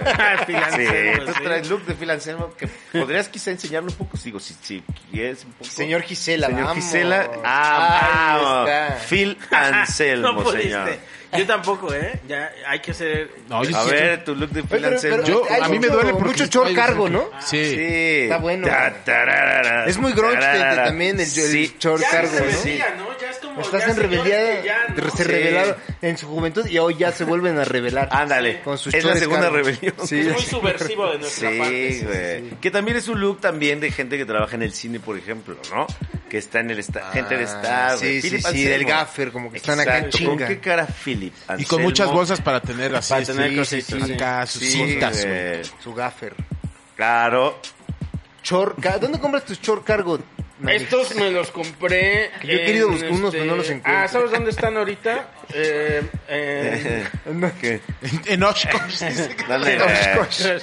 Phil Anselmo,
Sí, tú
sí.
traes look de Phil Anselmo que podrías quizá enseñarlo un poco, digo, si, si quieres un poco.
Señor Gisela,
Señor
vamos.
Gisela,
Ahí
ah,
está.
vamos. Phil Anselmo,
No pudiste.
señor.
Yo tampoco, ¿eh? Ya hay que ser
No, yo
A
sí estoy-
ver, tu look de
Oye,
Phil
pero-
Anselmo.
pero
Yo-
hay
a mí me
mucho-
duele porque
Mucho
estoy-
short cargo, ¿no?
Sí.
Sí.
eh, Está bueno.
tararara.
Es muy grunge
Tararara.
te- también el, el
Sí.
short
Ya
cargo,
se
¿no?
rebeldía, ¿no? Ya es como
Estás
ya
en
señores
rebeldía,
que ya, ¿no?
se
Sí.
rebelaron en su juventud y hoy ya se vuelven a rebelar.
Ándale.
Con sus
es la
chores
segunda
caros.
rebelión.
Sí.
Es muy subversivo de
Sí,
nuestra parte.
güey.
sí, sí, sí.
Que también es un look también de gente que trabaja en el cine, por ejemplo, ¿no? Que está en el esta- gente del staff.
Ah, sí,
güey.
sí,
Philip
sí,
Anselmo.
del gaffer, como que están acá en
Exacto.
chinga.
¿Con qué cara Philip
Y
Anselmo?
con muchas bolsas para tener así.
Para tener
este,
cositas, sí.
acá, sus
Sí,
cintas, güey.
güey.
Su gaffer.
Claro.
Short car- ¿Dónde compras tus short cargo? Manix?
Estos me los compré.
Que yo he
en,
querido buscar unos, pero no los encuentro.
Ah, ¿sabes dónde están ahorita? Eh, eh,
¿Qué?
En, en Oshkosh. dice que-
Dale, güey.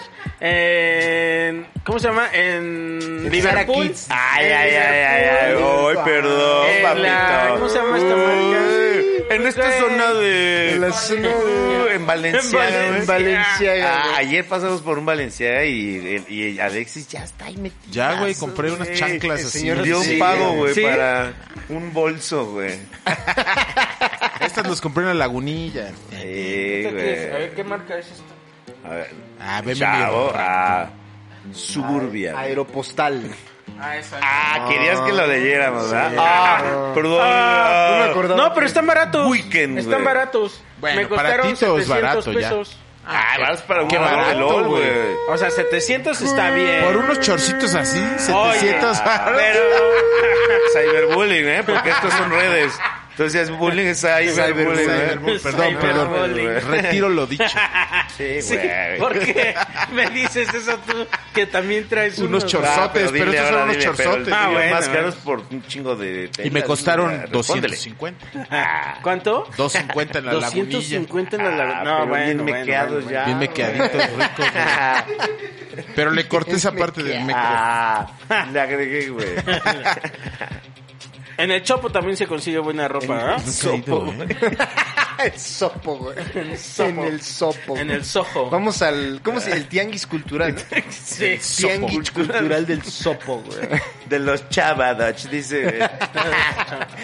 en- ¿Cómo se llama? En
En
Liverpool.
Zara Kids.
Ay, ay, ay, ay, ay.
Liverpool.
Ay, perdón,
En
papito.
la- ¿cómo se llama esta marca?
Uy, En esta
Güey.
zona de... Uh,
En la zona de-
En Valencia,
En
güey.
En Valencia.
Ah,
güey.
ayer pasamos por un Valenciaga y, y Alexis ya está ahí metido.
Ya, güey, compré unas chanclas
el
así.
señor
Dio
Sí,
un pago, güey,
¿Sí?
para un bolso, güey.
Estas las compré en la lagunilla.
Sí,
¿Qué es? A ver,
güey.
¿qué marca es esta?
A ver.
Ah, veme
Chavo,
mi-
a Suburbia. güey.
Aeropostal.
Ah, esa.
Ah, querías que lo leyéramos, ¿verdad?
Sí.
Ah, perdón.
Ah,
no me acordaba.
No, pero están baratos.
Weekend,
están
güey.
baratos.
Bueno,
me costaron
para ti todo es
700
barato ya.
pesos.
Ah, vas para un
qué
jugador de
barato,
LOL, güey.
güey.
O sea, 700 está bien.
Por unos chorcitos así,
Oye,
700 varos.
Pero cyberbullying, ¿eh? Porque estas son redes. Entonces es bullying, es cyberbullying.
Cyberbullying,
¿eh?
Perdón, perdón.
Cyberbullying.
Retiro lo dicho.
Sí,
Sí,
güey.
porque me dices eso tú, que también traes
Unos
unos...
chorcitos. Chorzotes, pero
Ah, dile
estos son
ahora,
unos
dile, pero
chorzotes.
los
Ah, bueno,
más
bueno.
caros por un chingo de... telas,
Y me
mira,
costaron
respóndele.
250.
¿Cuánto?
250 en la lagunilla.
250 en la
Ah,
lagunilla. No,
pero
bueno,
bien
bueno,
mequeados
bueno,
ya.
Bien
güey.
mequeaditos, ricos. güey. Pero le corté esa parte del meque.
Ah, le agregué, güey.
bueno. En el Chopo también se consigue buena ropa, ¿verdad?
Caído, ¿eh?
el sopo, güey. En el
sopo.
En el sopo.
En el Soho.
Vamos al. ¿Cómo se El tianguis cultural. ¿no?
Sí.
Tianguis cultural del sopo, güey.
De los Chavadach, dice.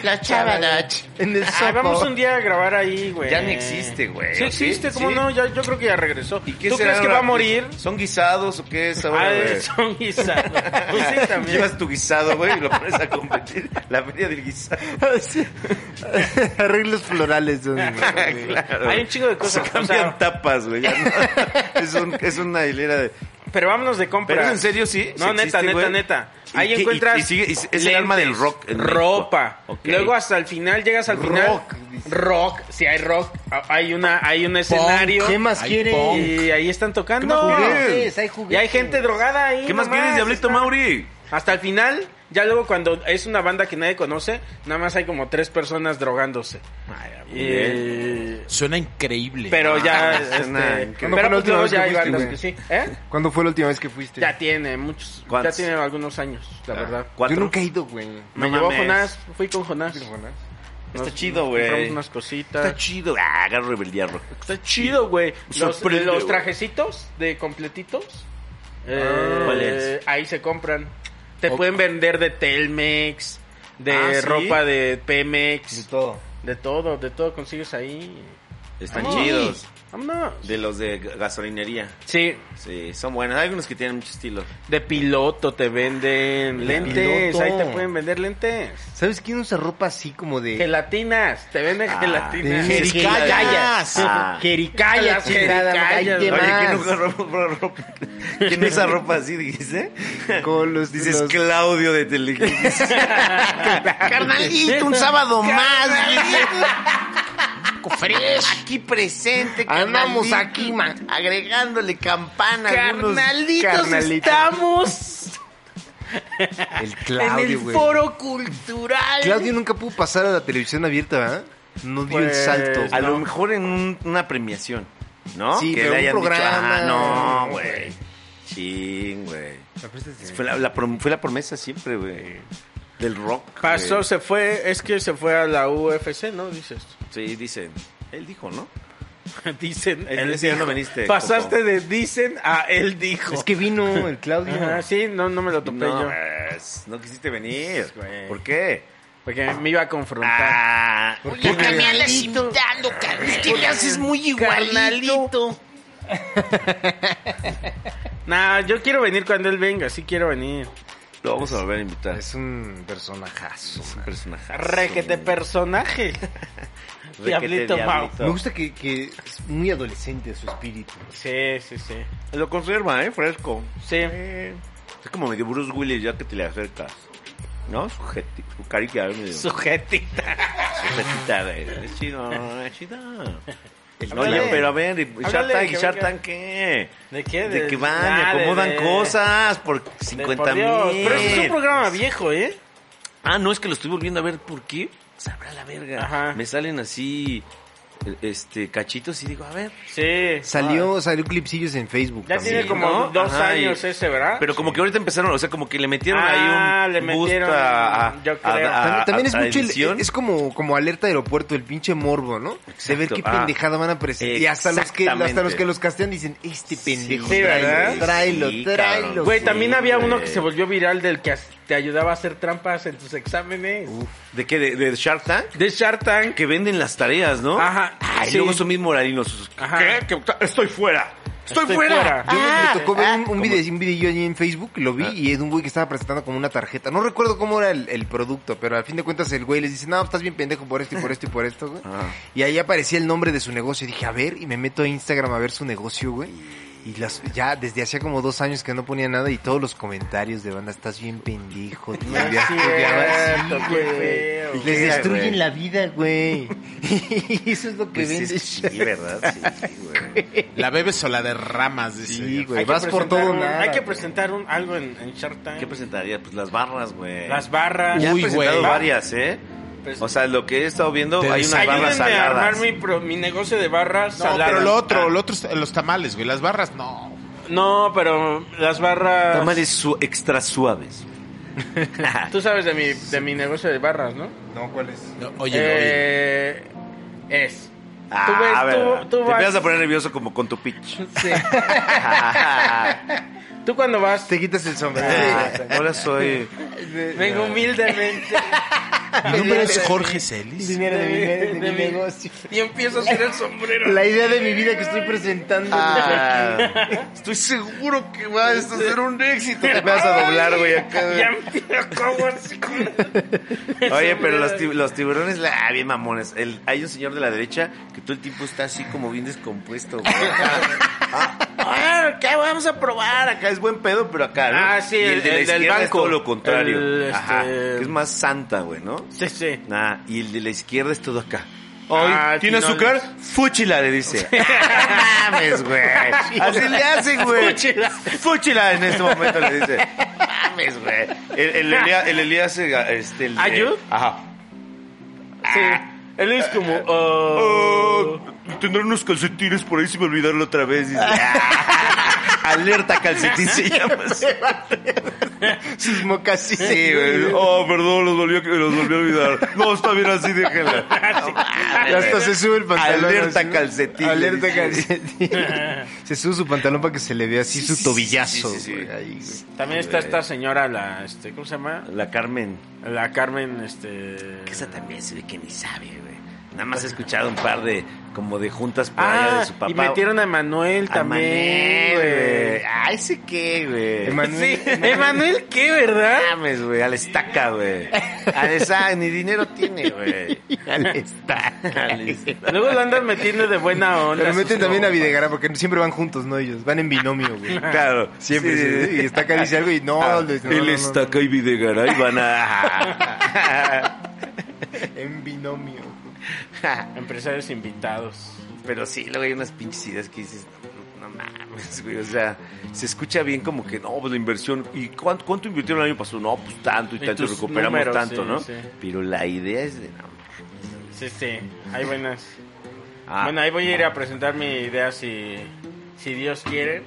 La chavaloch. En el sopo.
Ah, vamos un día a grabar ahí, güey.
Ya ni existe, güey.
Sí existe,
Sí,
¿cómo
sí.
no? Ya, yo creo que ya regresó.
¿Y qué
¿Tú
será
crees que va a
ahora?
morir?
¿Son guisados o qué es ahora,
Ah,
güey?
son guisados. Pues sí, también.
Llevas tu guisado, güey, y lo pones a competir. La feria del guisado.
Arreglos florales. don-
claro.
Hay un chingo de cosas.
Se
o
cambian
sea,
tapas, güey. ya no. es, un- es una hilera de...
pero vámonos de compras.
Pero es en serio, sí.
No,
sí
neta,
existe,
neta,
güey.
neta.
¿Y
Ahí
qué- y-
encuentras.
y sigue- y es el alma del rock en México.
ropa.
Ok.
Luego hasta el final, llegas al final.
Rock, dice.
Rock. Si hay rock, ah, hay una hay un escenario.
¿Qué más
Ay,
quieren?
pon.
Y ahí están tocando.
Juguetes, hay
Y
juguetes.
hay gente drogada ahí.
¿Qué más
nomás,
quieres, Diablito
está-
Mauri?
Hasta el final, ya luego cuando es una banda que nadie conoce, nada más hay como tres personas drogándose. Eh,
Suena increíble.
pero ya,
Ah, suena
este,
increíble.
pero pues
¿Cuándo fue la última
luego
vez que
ya hay
fuiste,
bandas
güey?
que sí. ¿Eh?
¿Cuándo fue la última vez que fuiste?
Ya tiene muchos,
¿Cuántos?
ya tiene algunos años, la verdad.
¿Cuatro?
Yo nunca he ido, güey.
Me
No
llevó
mames.
Jonás, fui con Jonás.
Está
Nos-
chido,
nos
güey.
Compramos unas cositas.
Está chido. Ah, agarro rebeldía rock.
Está chido, güey. Los,
Sorprende,
los
güey.
trajecitos de completitos. eh,
¿Cuál es?
Ahí se compran. Te pueden vender de Telmex, de
Ah, ¿sí?
ropa de Pemex,
De todo.
de todo, de todo consigues ahí.
Están
Vámonos.
chidos.
Vámonos.
De los de gasolinería.
Sí,
Sí, son buenos. Hay unos que tienen mucho estilo.
de piloto te venden lentes.
piloto.
Ahí te pueden vender lentes.
¿Sabes quién usa ropa así como de.
Gelatinas, te venden
Ah,
gelatinas.
de-
Jericayas.
Ah.
Jericaya,
Las
chingada,
jericayas,
¿qué
¿no?
Oye, ¿quién
más?
usa ropa, ropa? ¿Quién usa ropa así, dijiste?
Con los-
Dices
los-
Claudio de Telequis.
un sábado más.
Aquí presente.
Andamos aquí, man.
Agregándole campana.
Carnalitos,
carnalitos.
estamos
El
en el
Claudio, güey.
foro cultural.
Claudio nunca pudo pasar a la televisión abierta, ¿verdad? No dio el
Pues,
salto.
A lo mejor en un- una premiación, ¿no?
Sí,
que
pero
le
un
hayan dicho,
programa.
"Ah, no, güey. Ching, güey. Fue la, la prom- fue la promesa siempre, güey. Del rock.
Pasó,
güey.
se fue, es que se fue a la UFC, ¿no? Dices.
Sí, dicen. Él dijo, ¿no?
Dicen,
Él
él
decía,
dijo.
no viniste,
Pasaste
Coco.
de dicen a él dijo.
Es que vino el Claudio.
Ajá, sí, no, no me lo topé
No,
yo. Pues,
es- no quisiste venir.
Güey.
¿Por qué?
Porque me iba a confrontar.
Ah,
qué? Porque me
andas imitando, carnal. Es que me haces muy igualito.
Nah, yo quiero venir cuando él venga, sí quiero venir.
lo vamos
Pues,
a volver a invitar.
Es un personajazo.
Es un personaje.
Requete personaje. Diablito Mau.
Me gusta que, que es muy adolescente su espíritu.
Sí, sí, sí.
Lo conserva, ¿eh? Fresco.
Sí.
Es como medio Bruce Willis ya que te le acercas. ¿No? Su, jeti- su carita, ¿eh? medio- su
Sujetita.
jetita, güey. Es chido, es chido. Oye,
Háblale.
pero a ver, ¿y Shark
Háblale,
Tank, ¿y
que
Shark
venga.
Tank qué?
¿De qué?
De que van,
Ah,
le
de-
acomodan
de-
cosas por
de
50
por Dios.
mil.
Pero ese es un programa viejo, ¿eh?
Ah, no, es que lo estoy volviendo a ver, ¿por qué? Sabrá la verga.
Ajá.
Me salen así, este, cachitos y digo, a ver.
Sí.
Ah.
Salió, salió clipsillos en Facebook.
Ya
también.
tiene como
¿no?
dos
Ajá,
años
y-
ese, ¿verdad?
Pero como que ahorita empezaron, o sea, como que le metieron
Ah,
ahí un
le
boost
metieron,
a, a-
yo creo.
a- a-
También, también
a-
es
a
mucho el-
edición.
es como, como alerta de aeropuerto, el pinche morbo, ¿no? De ver qué
Ah.
pendejada van a presentar. Y hasta los que, hasta los que los castean dicen, este pendejo,
Sí, ¿verdad?
tráelo, tráelo,
Sí,
tráelo.
cabrón.
Güey,
Sí,
también había
güey.
uno que se volvió viral del que as- te ayudaba a hacer trampas en tus exámenes.
¿De qué? ¿De, de Shark Tank?
De Shark Tank.
Que venden las tareas, ¿no?
Ajá,
Ay,
sí.
luego son mismos moralinos.
Ajá.
¿Qué? Que- Estoy fuera.
¡Estoy, fuera!
Yo me tocó ver un, un video, un video allí en Facebook, lo vi, y es un güey que estaba presentando como una tarjeta. No recuerdo cómo era el, el producto, pero al fin de cuentas el güey les dice, no, estás bien pendejo por esto y por esto y por esto, güey. Y ahí aparecía el nombre de su negocio. Y dije, a ver, y me meto a Instagram a ver su negocio, güey. Y las, ya desde hacía como dos años que no ponía nada y todos los comentarios de banda, estás bien pendejo, tú ya estudiabas".
Cierto, qué feo.
Sí, Les destruyen la vida, güey. Y eso es lo que
Pues
vende.
es que sí, ¿verdad? Sí, güey.
La bebes o la derramas, dice.
Sí, güey.
Hay que
Vas por
presentar
todo
un-
nada.
Hay que presentar un- algo en, en Shark Tank.
¿Qué presentaría? Pues las barras, güey.
Las barras.
Ya han
Uy,
presentado
güey.
varias, ¿eh?
Pues-
O sea, lo que he estado viendo,
Te
hay unas
Ayúdenme
barras
a armar
saladas.
mi, pro- mi negocio de barras
No,
saladas.
pero lo otro, lo otro, es los tamales, güey. Las barras, no.
No, pero las barras...
Tamales su extra suaves.
Tú sabes de mi, de mi negocio de barras, ¿no?
No, ¿cuál es?
No, oye,
Eh, Es.
Ah,
tú ves,
a ver,
tú, tú
Te
vas...
empiezas a poner nervioso como con tu pitch.
Sí. tú cuando vas, eh,
Te quitas el
Ah.
sombrero.
Ahora soy...
vengo humildemente
oye. Mi nombre es Jorge Celis.
dinero de mi, de mi
De mi-
negocio.
y empiezo a hacer el sombrero.
La idea de mi vida que estoy presentando.
Ah.
Ah.
Estoy seguro que va a ser un éxito. Te vas a doblar, güey, acá. güey.
Ya empiezo como así con-
Oye, pero los, tib- los tiburones, la- ah, bien mamones. El- hay un señor de la derecha que todo el tiempo está así como bien descompuesto. güey. Ah, ah, acá vamos a probar. Acá es buen pedo, pero acá. ¿no?
Ah, sí,
Y
el-
de la
el del
izquierda es
banco.
todo lo contrario.
El,
Ajá,
este-
que es más santa, güey, ¿no?
Sí, sí.
Nah, y el de la izquierda es todo acá. Hoy
Ah,
tiene
sí, no,
azúcar, fúchila, le dice. Ah, mames, güey. Así le hace, güey.
Fúchila.
Fúchila en este momento, le dice. Mames, güey. El, el, Elías- el Elías, eh, este, el de-
¿Ayú?
Ajá.
Sí. ¿Ah, Él es como... oh.
Ah, tendrán unos calcetines por ahí si me olvidaron otra vez. Dice, ah, alerta calcetín se llama. así.
Sus mocasines.
Sí, güey. Oh, perdón, los volvió, los volvió a olvidar. No, está bien así, déjela.
Y hasta se sube el pantalón.
Alerta
así, ¿no?
calcetín.
Alerta
Sí.
calcetín. se sube su pantalón para que se le vea así su
sí,
tobillazo.
sí, sí, sí.
güey, ahí, güey.
También está esta señora, la, este, ¿cómo se llama?
La Carmen.
La Carmen, este...
Que esa también se ve que ni sabe, güey. Nada más he escuchado un par de, como de juntas por allá
Ah,
de su papá.
y metieron a Emanuel
a
también,
Manuel,
güey.
güey. Ah, ese qué, güey.
Emanuel-
Sí, Emanuel, ¿qué, verdad?
Mames, güey, a la estaca, güey. A la esa, ni dinero tiene, güey.
Ya le está.
A la estaca.
Luego lo andan metiendo de buena onda.
Pero
sus
meten también a
compas.
Videgaray porque siempre van juntos, ¿no? Ellos van en binomio, güey.
Claro,
Siempre. sí, sí. Y está acá dice algo y no, les- no, no,
Ah, Él
no,
está acá y Videgaray van a...
no. En binomio.
Empresarios invitados.
Pero sí, luego hay unas pinches ideas que dices, no, no mames, güey. O sea, se escucha bien como que, no, pues la inversión. ¿Y cuánto, cuánto invirtieron el año pasado? No, pues tanto y,
Y
tanto,
tus
recuperamos
números,
tanto,
sí,
¿no?
sí.
Pero la idea es de, no
Sí, sí, hay buenas.
ah,
Bueno, ahí voy a ir a presentar mi idea si, si Dios quiere.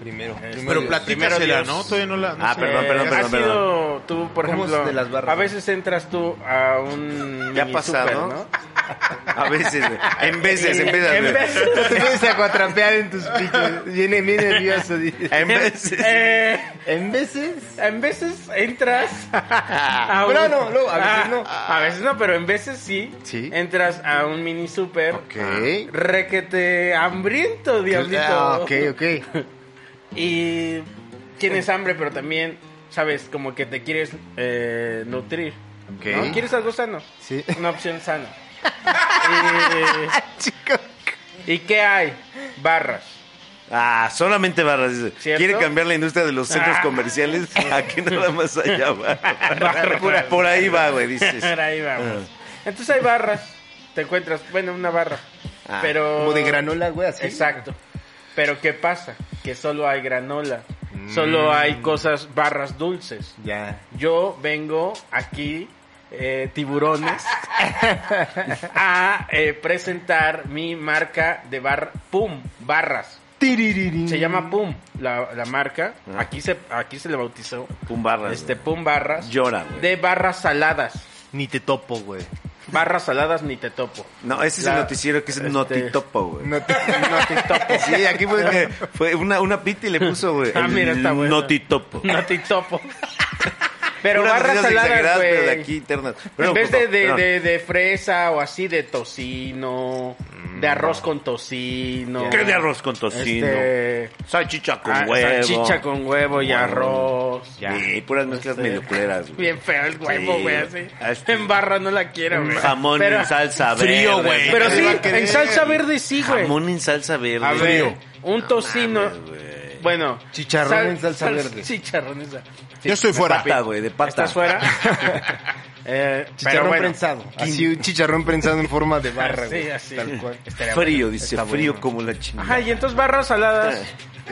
Primero.
Pero platícasela,
Dios.
¿no? Todavía no la... no
Ah,
sé.
perdón, perdón,
Eh,
perdón,
has
perdón.
sido tú, por
¿Cómo es
ejemplo,
de las barras?
a veces entras tú a un...
¿Te ha
mini
pasado?
súper, ¿no?
A veces, güey. en veces, en veces.
En
güey.
veces.
Te empiezas a cuatrampear en tus picos. Viene bien nervioso. dice.
En veces.
Eh,
En veces.
en veces entras a Ah,
Pero no, luego, a veces no.
A veces no, pero en veces sí.
Sí.
Entras a un mini super.
Ok.
Requete hambriento, diablito.
Ah, ok, ok.
Y tienes hambre, pero también, sabes, como que te quieres eh, nutrir.
Ok.
¿no? ¿Quieres algo sano?
Sí.
Una opción sana.
Chico.
¿Y, ¿y qué hay? Barras.
Ah, solamente barras. dice.
¿Cierto?
Quiere cambiar la industria de los centros
Ah.
comerciales aquí nada más allá va.
Barras.
Por, por ahí va, güey, dices.
Ahora ahí vamos.
Ah.
Entonces hay barras. Te encuentras, bueno, una barra.
Ah,
pero...
Como de granola, güey, así.
Exacto. Pero ¿qué pasa? Que solo hay granola.
Mm.
Solo hay cosas, barras dulces.
Ya.
Yo vengo aquí, eh, tiburones, a eh, presentar mi marca de bar Pum, barras.
Mm.
Se llama Pum, la, la marca.
Ah.
Aquí se, aquí se le bautizó.
Pum barras.
Este
Este,
Pum Barras.
Llora, güey.
De barras saladas.
Ni te topo, güey.
Barras saladas ni te topo.
No, ese es
La-
el noticiero que es
este-
Notitopo, güey.
No te, no te topo.
Sí, aquí fue, fue una, una pita y le puso, güey.
Ah, mira, está bueno.
Notitopo.
No te topo. Pero
Unas
barras
recetas
saladas,
exageradas,
güey.
pero de aquí internas. Pero,
en vez de,
pues, perdón,
de,
perdón.
de- de fresa o así, de tocino, de arroz con tocino.
Mm, ¿Qué de arroz con tocino?
Este,
Salchicha con
ah,
huevo.
Salchicha con huevo y arroz. ya.
Sí, puras mezclas
Este,
medio culeras, güey.
Bien feo el huevo,
Sí.
güey, así.
Este-
En barra no la quiero, güey.
Jamón
Pero-
en salsa verde.
Frío, güey.
Pero sí,
Arriba que
en
de-
salsa verde sí, güey.
Jamón en salsa verde.
A ver,
Frío.
un tocino.
Mames, güey.
bueno.
Chicharrón en salsa verde.
Chicharrón en salsa.
Yo estoy fuera.
Pata, güey, de pata.
¿Estás fuera? Eh,
Chicharrón
pero bueno.
prensado. Así un chicharrón prensado en forma de barra,
Sí,
güey.
así.
Tal cual.
Frío, dice, frío como la chingada.
Ajá, y entonces barras saladas,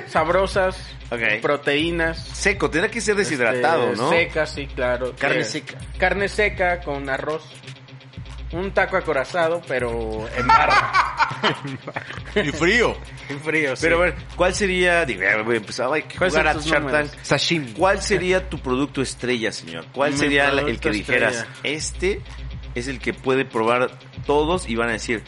sabrosas,
Eh. Ok.
proteínas.
Seco, tendrá que ser deshidratado,
este,
¿no?
Seca, sí, claro.
Carne
Eh,
seca.
Carne seca con arroz. Un taco acorazado, pero en barra.
Y frío.
en frío, sí.
Pero a ver, ¿cuál sería? Digo, ya, güey, empezaba hay que
¿Cuáles
jugar
son
a
tus
Shark
números?
Tank.
Sashimi.
¿Cuál sería tu producto estrella, señor? ¿Cuál
Mi
sería la- el
producto
que dijeras,
estrella.
este es el que puede probar todos y van a decir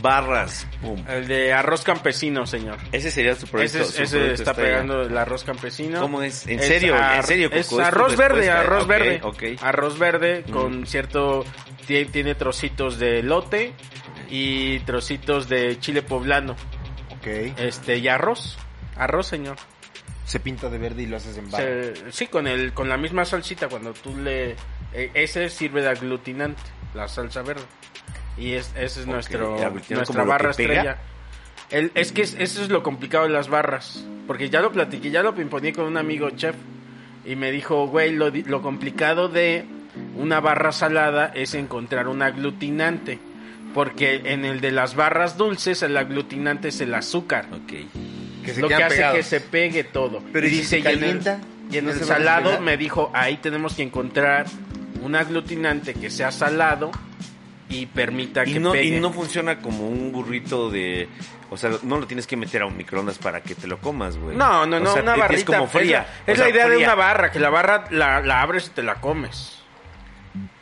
barras? pum"?
El de arroz campesino, señor.
Ese sería tu producto.
Ese, es-
su
ese
producto
está
estrella.
pegando el arroz campesino.
¿Cómo es? ¿En serio?
ar-
¿En serio, Coco?
Es
¿Es tu
arroz verde,
respuesta?
arroz
Ok,
verde.
ok. Mm.
Arroz verde con cierto... tie- Tiene trocitos de lote y trocitos de chile poblano.
Ok.
Este, y arroz. Arroz, señor.
Se pinta de verde y lo haces en
O sea,
barra.
sí, con el con la misma salsita cuando tú le eh, ese sirve de aglutinante, la salsa verde. Y es, ese es nuestro
¿y aglutinante
nuestra
como lo
barra
que pega?
estrella. El- es que es- eso es lo complicado de las barras, porque ya lo platiqué, ya lo pimponí con un amigo chef y me dijo, "Güey, lo di- lo complicado de una barra salada es encontrar un aglutinante." Porque en el de las barras dulces el aglutinante es el azúcar
Ok.
Que
lo que
quedan
hace
pegados.
que se pegue todo.
Pero ¿y si se
y en el-
calienta?
Y en
¿No
el,
se va a
salado
despegar?
me dijo, ahí tenemos que encontrar un aglutinante que sea salado y permita
Y
que
no, y
pegue.
no funciona como un burrito de... O sea, no lo tienes que meter a un microondas para que te lo comas, güey.
no, no,
O
no,
sea,
una
es
barrita.
como fría. o
Es, la- es la
sea,
idea de
fría.
una barra, que la barra la, la abres y te la comes.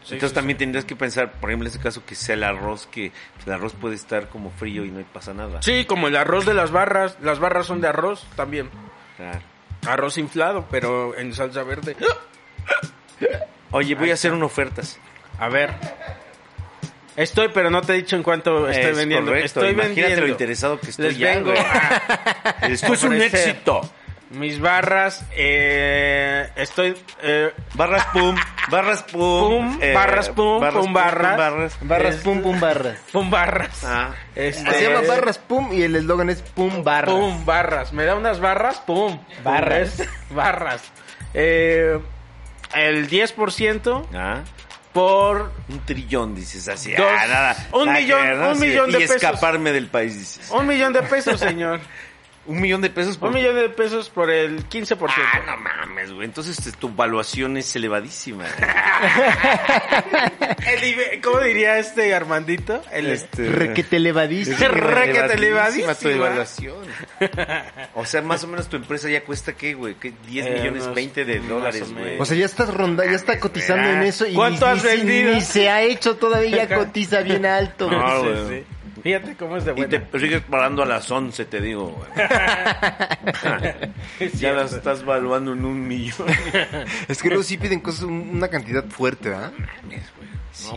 Sí,
Entonces
sí,
también tendrías que pensar, por ejemplo, en este caso, que sea el arroz, que pues, el arroz puede estar como frío y no pasa nada.
Sí, como el arroz de las barras, las barras son de arroz también.
Claro.
Arroz inflado, pero en salsa verde.
Oye, voy a hacer una oferta.
A ver. Estoy, pero no te he dicho en cuánto estoy
Es
vendiendo.
correcto,
Estoy
imagínate
vendiendo.
lo interesado que estoy
Les
ya,
vengo
güey.
a-
Esto es un
Ofrecer.
éxito.
Mis barras, eh, estoy, eh,
Barras pum, barras pum. eh,
Pum, barras pum, pum, barras.
Barras
Es-
pum pum barras.
pum barras.
Ah.
Este,
Se llama barras pum y el eslogan es pum barras.
Pum barras. Me da unas barras, pum.
Barras.
Pum, ¿ves? barras. Eh, el 10%
Ah,
por
un trillón, dices así.
Dos.
ah, nada,
Un
nada
millón,
que ver, ¿no?
un
Así
millón de
Y
pesos.
escaparme del país, dices.
un millón de pesos, señor.
Un millón de pesos por.
un millón de pesos por el 15%.
Ah, no mames, güey. Entonces este, tu valuación es elevadísima.
El IBE- ¿Cómo diría este Armandito? El
este,
Requete
Es
levadísimo.
Requete elevadísima
tu evaluación. O sea, más o menos tu empresa ya cuesta qué, güey? ¿Qué? 10
Eh,
millones,
unos-
20 de
más
dólares,
o
güey.
menos.
O sea, ya estás ronda, ya está cotizando en eso y
Ah, ¿Cuánto
ni-
has
ni-
vendido?
ni se ha hecho todavía, ya cotiza bien alto.
No,
Sí,
güey.
sí. Fíjate cómo es de
ah, y
bueno.
te sigues parando a las 11, te digo, güey. ya las estás valuando en un millón.
Es que luego sí piden cosas, un- una cantidad fuerte, ¿verdad?
Sí.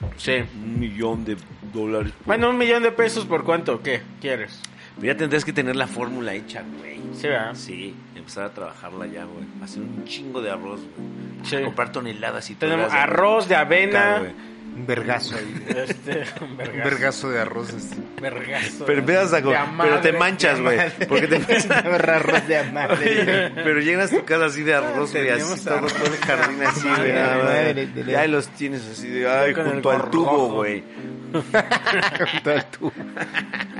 pues, un millón de dólares.
Bueno, un millón de pesos por cuánto, ¿qué quieres?
ya tendrías que tener la fórmula hecha, güey.
Sí, ¿verdad?
Sí, empezar a trabajarla ya, güey. Hacer un chingo de arroz, güey.
Sí.
Comprar toneladas y
Tenemos
toneladas de
arroz de avena.
güey.
Un vergazo ahí.
Este,
Un vergazo de arroz. este. así.
vergazo.
Pero empiezas a co-
De amadre,
pero te
de
manchas, güey.
amadre.
Porque te
Un arroz de amable.
Pero llegas a tu casa así de arroz, güey, así
Teníamos
todo,
arroz.
todo el jardín así, güey.
Madre,
nada más.
madre, te leo.
Ya los tienes así de, ay,
Con el
junto al tubo,
gorgojo.
güey.
Junto al tubo.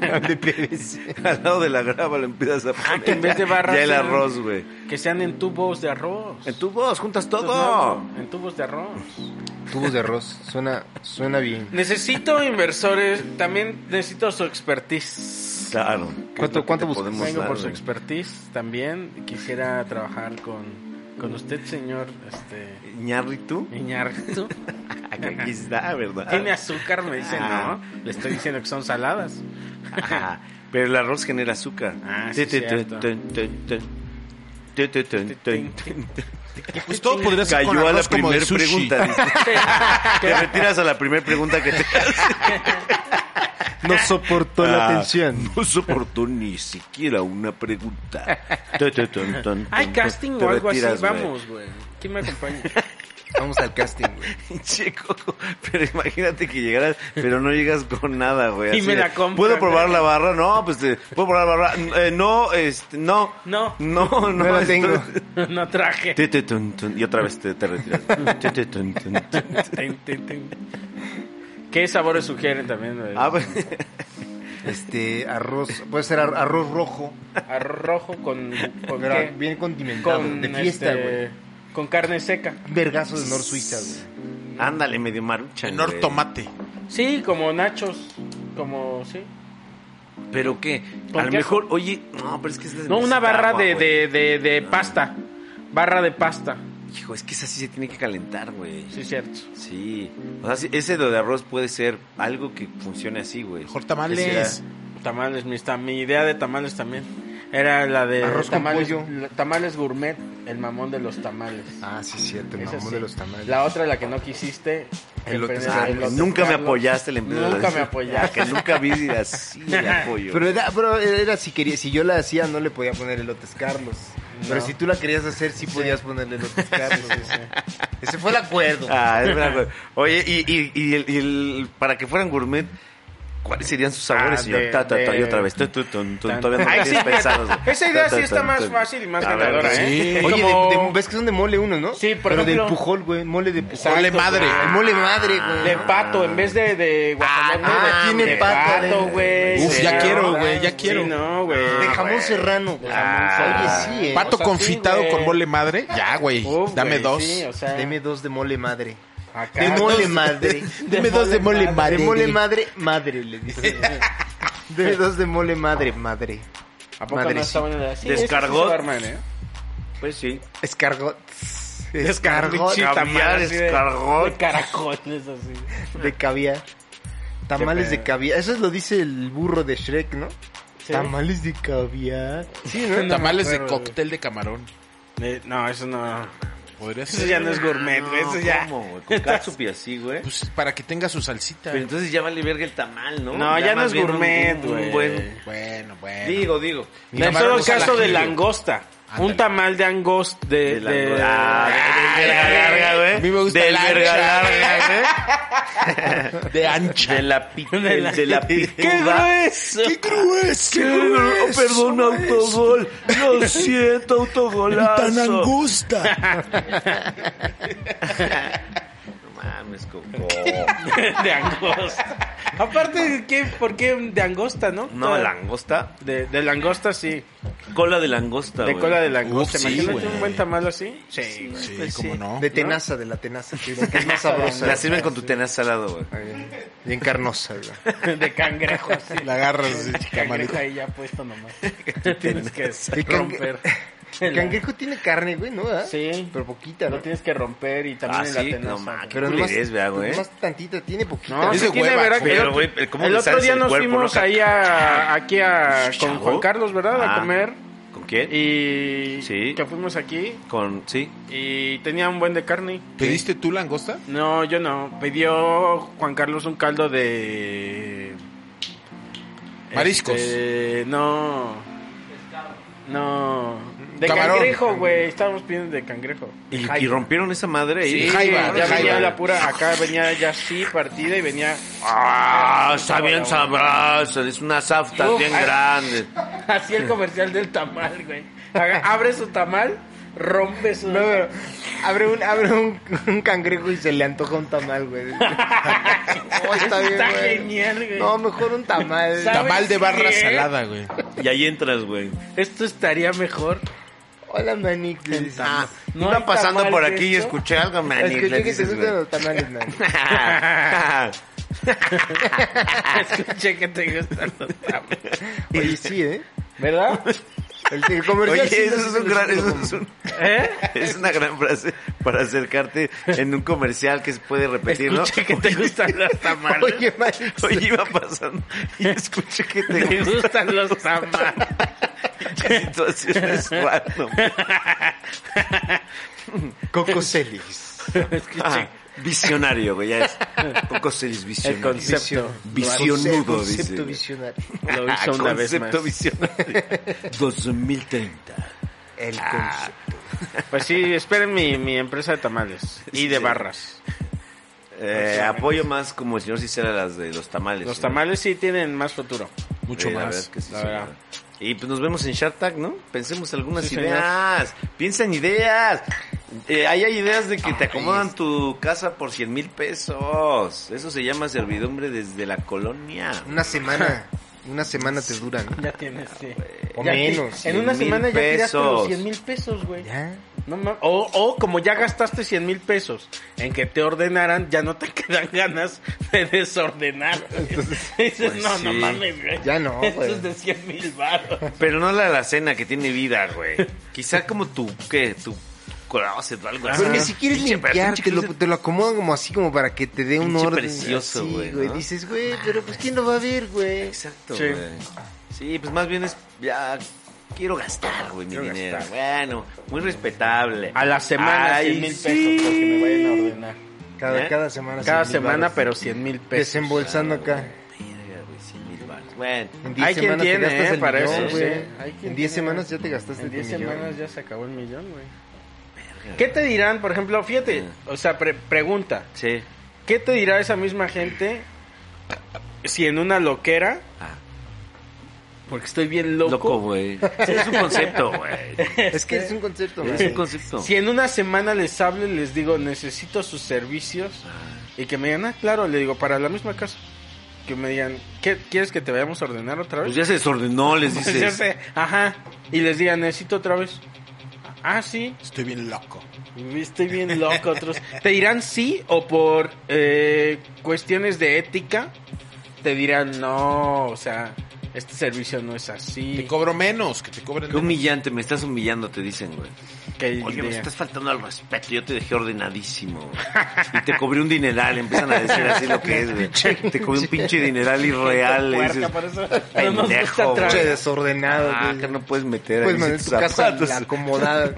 Al de PVC.
Al lado de la grava lo empiezas a poner.
que en vez de barras
Ya el
sean-
arroz, güey.
Que sean en tubos de arroz.
En tubos, juntas
No,
todo.
En tubos de arroz.
Tubos de arroz. Suena, suena bien.
Necesito inversores, también necesito su expertise.
Claro.
¿Cuánto- cuánto buscas?
buscamos?
Vengo por su expertise también. Quisiera trabajar con, con usted, señor este,
tú?
Iñárritu.
Aquí está, ¿verdad?
Tiene azúcar, me dice,
Ah.
no. Le estoy diciendo que son saladas.
Ajá. Pero el arroz genera azúcar.
Ah, sí,
Tu, tu,
cierto.
tu, tu, tu, tu, tu, tu, tu, tu.
Pues todo podría ser con
Cayó a la
arroz como de
primera
sushi.
pregunta. dice. te retiras a la primera pregunta que te
No soportó la
Ah,
tensión.
No soportó ni siquiera una pregunta. Tun, tun, tun, tun,
Hay
tun,
casting
te
o algo así,
retiras, güey.
vamos, güey. ¿Quién me acompaña?
Vamos al casting, güey.
Pinche Coco, pero imagínate que llegaras, pero no llegas con nada, güey.
Y
así
me
de,
la compran,
¿Puedo probar
güey.
la barra? No, pues, eh, ¿puedo probar la barra? Eh, no, este, no.
No.
No, no.
No la tengo.
estoy-
no traje.
Tu, tu, tun, tun, Y otra vez te, te retiras. Tu, tu, tun, tun, tun.
Ten, ten, ten. ¿Qué sabores sugieren también? güey?
Ah, pues,
Este, arroz, puede ser ar- arroz rojo,
Arroz rojo con, con
pero
qué?
bien condimentado,
Con,
de fiesta,
este,
güey.
Con carne seca.
Un Vergazo de Nor Suiza, güey.
ándale, medio marucha.
Menor
güey.
tomate.
Sí, como nachos, como sí.
¿Pero qué?
¿Con
A lo
queso?
mejor, oye, no, pero es que es
No, una barra de,
güey.
de, de, de pasta. Barra de pasta.
Hijo, es que esa sí se tiene que calentar, güey.
Sí, cierto.
Sí. O sea, sí, ese de arroz puede ser algo que funcione así, güey.
Mejor tamales.
Tamales, mi, ta- mi idea de tamales también. Era la de
Arroz con
tamales,
pollo.
la- tamales gourmet, el mamón de los tamales.
Ah, sí, cierto, el
Esa
mamón
sí.
de los tamales.
La otra, la que no quisiste.
El
emprendedor-
Lotes Carlos.
el Lotes
nunca me
Carlos.
apoyaste el emprendedor.
Nunca me apoyaste.
Que nunca vi así de apoyo.
Pero era, pero era si quería, si yo la hacía no le podía poner elotes Carlos. Pero
No.
si tú la querías hacer sí podías ponerle elotes Carlos. Ese fue el acuerdo.
Ah, es verdad, güey. Oye, y, y, y el, y el- para que fueran gourmet, ¿cuáles serían sus sabores,
Ah,
señor?
de-
Ta, ta, ta, y
de-
otra vez. Tu, tu, tu, tu,
Tan-
todavía no
Ay,
lo
sí,
tienes pensado. güey.
Esa idea
Ta, ta,
sí está
tan,
más
tan.
fácil y más
A ver,
ganadora,
sí.
¿eh? Es
Oye, de-
como-
de- ves que son de mole uno, ¿no?
Sí, por
Pero
ejemplo- Ah,
del pujol, güey, mole de pujol.
Mole madre.
El mole madre, güey.
De pato, en vez de, de guacamole.
ah,
de-
tiene
de
pato,
pato,
eh.
güey.
Uf, ya
Sí,
quiero,
no,
güey, ya quiero.
Sí, no, güey.
De jamón serrano, güey.
Ah.
Oye, sí, eh.
Pato
o sea, sí,
confitado
güey.
con mole madre. Ya, güey.
Uf,
Dame
güey,
dos.
sí, o sea,
Deme dos de mole madre.
acá.
De mole
dos.
madre. Ah,
Deme dos de mole madre.
De mole madre, madre, le dice. Deme dos de mole madre, madre.
¿A poco no
Madrecita.
está buena la- sí,
Descargó.
esa sí se va a armar, ¿eh?
Pues sí.
Escargot.
Escargot,
Escargot
caviar,
así de-
escargot.
De caracoles, así.
de caviar. Tamales
Qué
de
pedo.
caviar. Eso lo dice el burro de Shrek, ¿no?
Sí.
Tamales de caviar.
Sí,
Tamales de
Pero-
cóctel de camarón.
Eh, No, eso no.
Podría
Eso
ser.
ya no es gourmet, güey. Eso ya.
¿Cómo, güey? Con catsup y así, güey.
Pues para que tenga su salsita.
Pero entonces ya vale verga el tamal, ¿no?
No, ya no
más
es
bien un-
gourmet,
un- un
güey.
buen-
Bueno, bueno.
Digo, digo.
Mi
en
camarón
todo el
usa
caso de
ajillo.
langosta.
Ándale.
Un tamal de angost de.
Del
de-
ango- Ah, del verga larga, güey.
A mí me gusta
Del
la
verga
ancha.
larga, güey.
De ancha.
De la pi-
de
del-
la-
de la
¡Qué
pituda.
grueso!
grueso!
Oh, perdón, autogol. Lo siento, autogolazo.
angusta!
No mames, Coco.
de angosta. Aparte, ¿qué, ¿por qué de angosta, no?
No,
Toda-
langosta.
De, de langosta, sí.
Cola de langosta,
De
güey.
cola de langosta.
Oh,
Uf, sí,
Imagínate
güey.
un buen tamal así. Sí, güey.
Sí,
Pues
cómo
sí.
Ah,
no.
De tenaza, de la tenaza. que es más sabrosa.
La sirven con tu tenaz salado, güey.
Bien carnosa, güey.
De cangrejo así.
La agarras de
Cangrejo
camarón.
ahí ya puesto nomás. Tú tienes que
El cangre-
romper.
El cangrejo tiene carne, güey, ¿no? ¿Ah?
Sí.
Pero poquita,
Lo
¿no?
tienes que romper y también
Ah,
en la
sí,
tenaza.
no mames.
Pero
Tú
nomás-
le des, vea, güey. ¿eh?
Nomás tantita, tiene poquita.
No,
Es
sí
de
tiene
hueva,
verdad que-
pero,
el otro-
güey, pero ¿cómo
el
le
otro
sales
día
el
nos
cuerpo,
fuimos
no?
ahí a, aquí a, con
Chavo.
Juan Carlos, ¿verdad?
Ah.
A comer.
¿Con quién?
Y
Sí.
que fuimos aquí
Con, sí.
y tenía un buen de carne.
¿Pediste tú langosta?
No, yo no. Pidió Juan Carlos un caldo de...
Mariscos.
Este, no. No. De
Camarón.
cangrejo, güey. Estábamos pidiendo de cangrejo.
Y, y rompieron esa madre ahí.
Sí,
jaiba,
ya venía
jaiba.
la pura, acá venía ya sí partida y venía
Ah, está bien sabroso. Es una safta
Uf,
bien
ay.
grande.
así el comercial del tamal, güey. Aga- Abre su tamal, rompe su...
No, pero abre un, abre un, un cangrejo y se le antoja un tamal, güey. Oh, está bien,
Está
güey.
genial, güey.
No, mejor un tamal.
¿Sabes
Tamal de barra
qué?
salada, güey.
Y ahí entras, güey.
Esto estaría mejor.
Hola, Manic. le dices.
Ah,
No
iba
hay
pasando
tamal
por
de
aquí y
esto.
escuché algo, man. y le
Escuché que te
dices,
gustan los tamales, Manic.
güey.
Escuché que te gustan los tamales.
Oye, sí, ¿eh?
¿Verdad?
El, el comercial sí,
Oye, eso
no
es
sé si
un
lo
gran,
hicieron
eso es
como-
un-
¿Eh?
es una gran frase para acercarte en un comercial que se puede repetir, ¿no?
Escuché que te gustan los tamales.
Oye, Manic.
Oye, iba pasando y escuché que te
Te
gustan
gustan los tamales.
situaciones random.
Coco Celis.
Es que
Ah,
sí,
visionario, güey, ya es. Coco Celis
el
visionario.
concepto.
Visionudo,
Lo hace-
dice.
Concepto visionario.
Lo hizo una vez más.
Concepto visionario. 2030.
El
Ah.
cons-
Pues sí, esperen mi, mi empresa de tamales y de
Sí.
barras.
Eh, apoyo más como el señor Cicera las de los tamales.
Los
¿no?
tamales sí tienen más futuro.
Mucho
Sí, la
más.
verdad es que sí,
la
sí,
verdad.
verdad. Y pues nos vemos en Shark Tank, ¿no? Pensemos algunas
Sí, señor.
ideas. Piensa en ideas. Eh, ahí hay ideas de que te acomodan tu casa por 100 mil pesos. Eso se llama servidumbre desde la colonia.
Una semana. Una semana te duran.
Ya tienes, sí.
O
Ya
menos.
ti- En una
100,000
semana ya tiraste los
pesos.
100 mil pesos, güey.
Ya.
No ma- o, o como ya gastaste 100 mil pesos en que te ordenaran, ya no te quedan ganas de desordenar. güey. Dices,
pues
no, no
sí.
mames, güey.
Ya no,
Eso
güey.
es de 100 mil baros.
Pero no la alacena que tiene vida, güey. Quizá como tu, ¿qué? Tu closet o algo así.
Porque si quieres
Pinche-
limpiar,
pinche
te lo,
closet.
te lo acomodan como así, como para que te dé un
Pinche
orden.
precioso,
Sí,
güey, ¿no?
Dices, güey, pero pues ¿quién lo va a ver, güey?
Exacto,
Sí.
güey. Sí, pues más bien es, ya, quiero gastar, güey, mi
Quiero
dinero.
gastar.
Bueno, muy respetable.
A la semana
Ay,
100 mil pesos
sí.
porque me vayan a ordenar.
Cada,
¿Eh?
cada semana.
Cada
cien mil
semana,
varos.
pero 100 mil pesos.
Desembolsando acá.
Verga, güey, 100 mil baros. Bueno,
En 10
Hay quien
semanas te
tiene,
gastas
¿eh?
el
Para
millón,
eso,
güey.
sí. Hay quien
En 10
tiene.
semanas ya te gastaste
En
tu
10
millón.
semanas ya se acabó el millón, güey. ¿Qué te dirán, por ejemplo, fíjate, o sea, pre- pregunta,
sí.
¿qué te dirá esa misma gente si en una loquera,
Ah.
porque estoy bien
Loco,
loco,
güey. Es un concepto, güey.
Es que es un concepto,
Es
güey.
un concepto.
si en una semana les hablo y les digo, necesito sus servicios, y que me digan, ah, claro, le digo, para la misma casa, que me digan, ¿qué, ¿quieres que te vayamos a ordenar otra vez?
Pues ya se desordenó, les
Pues
dices.
ya sé, ajá, y les digan, necesito otra vez. Ah, sí,
Estoy bien loco.
Estoy bien loco, otros. Te dirán sí o por eh, cuestiones de ética, te dirán no, o sea, este servicio no es así.
Te cobro menos, que te cobren
Qué humillante, me estás humillando, te dicen, güey.
Que
Oye, me
digan,
estás faltando al respeto, yo te dejé ordenadísimo. güey. Y te cobré un dineral, empiezan a decir así lo que es, güey. Te cobré un pinche dineral irreal. le
"Puerca,
dices,
por eso no nos gusta
pendejo,
traer".
Pinche
güey.
desordenado,
Ah,
güey.
que no puedes meter
Puedes
ahí
mandar
tus
tu casa
zapatos.
la acomodada.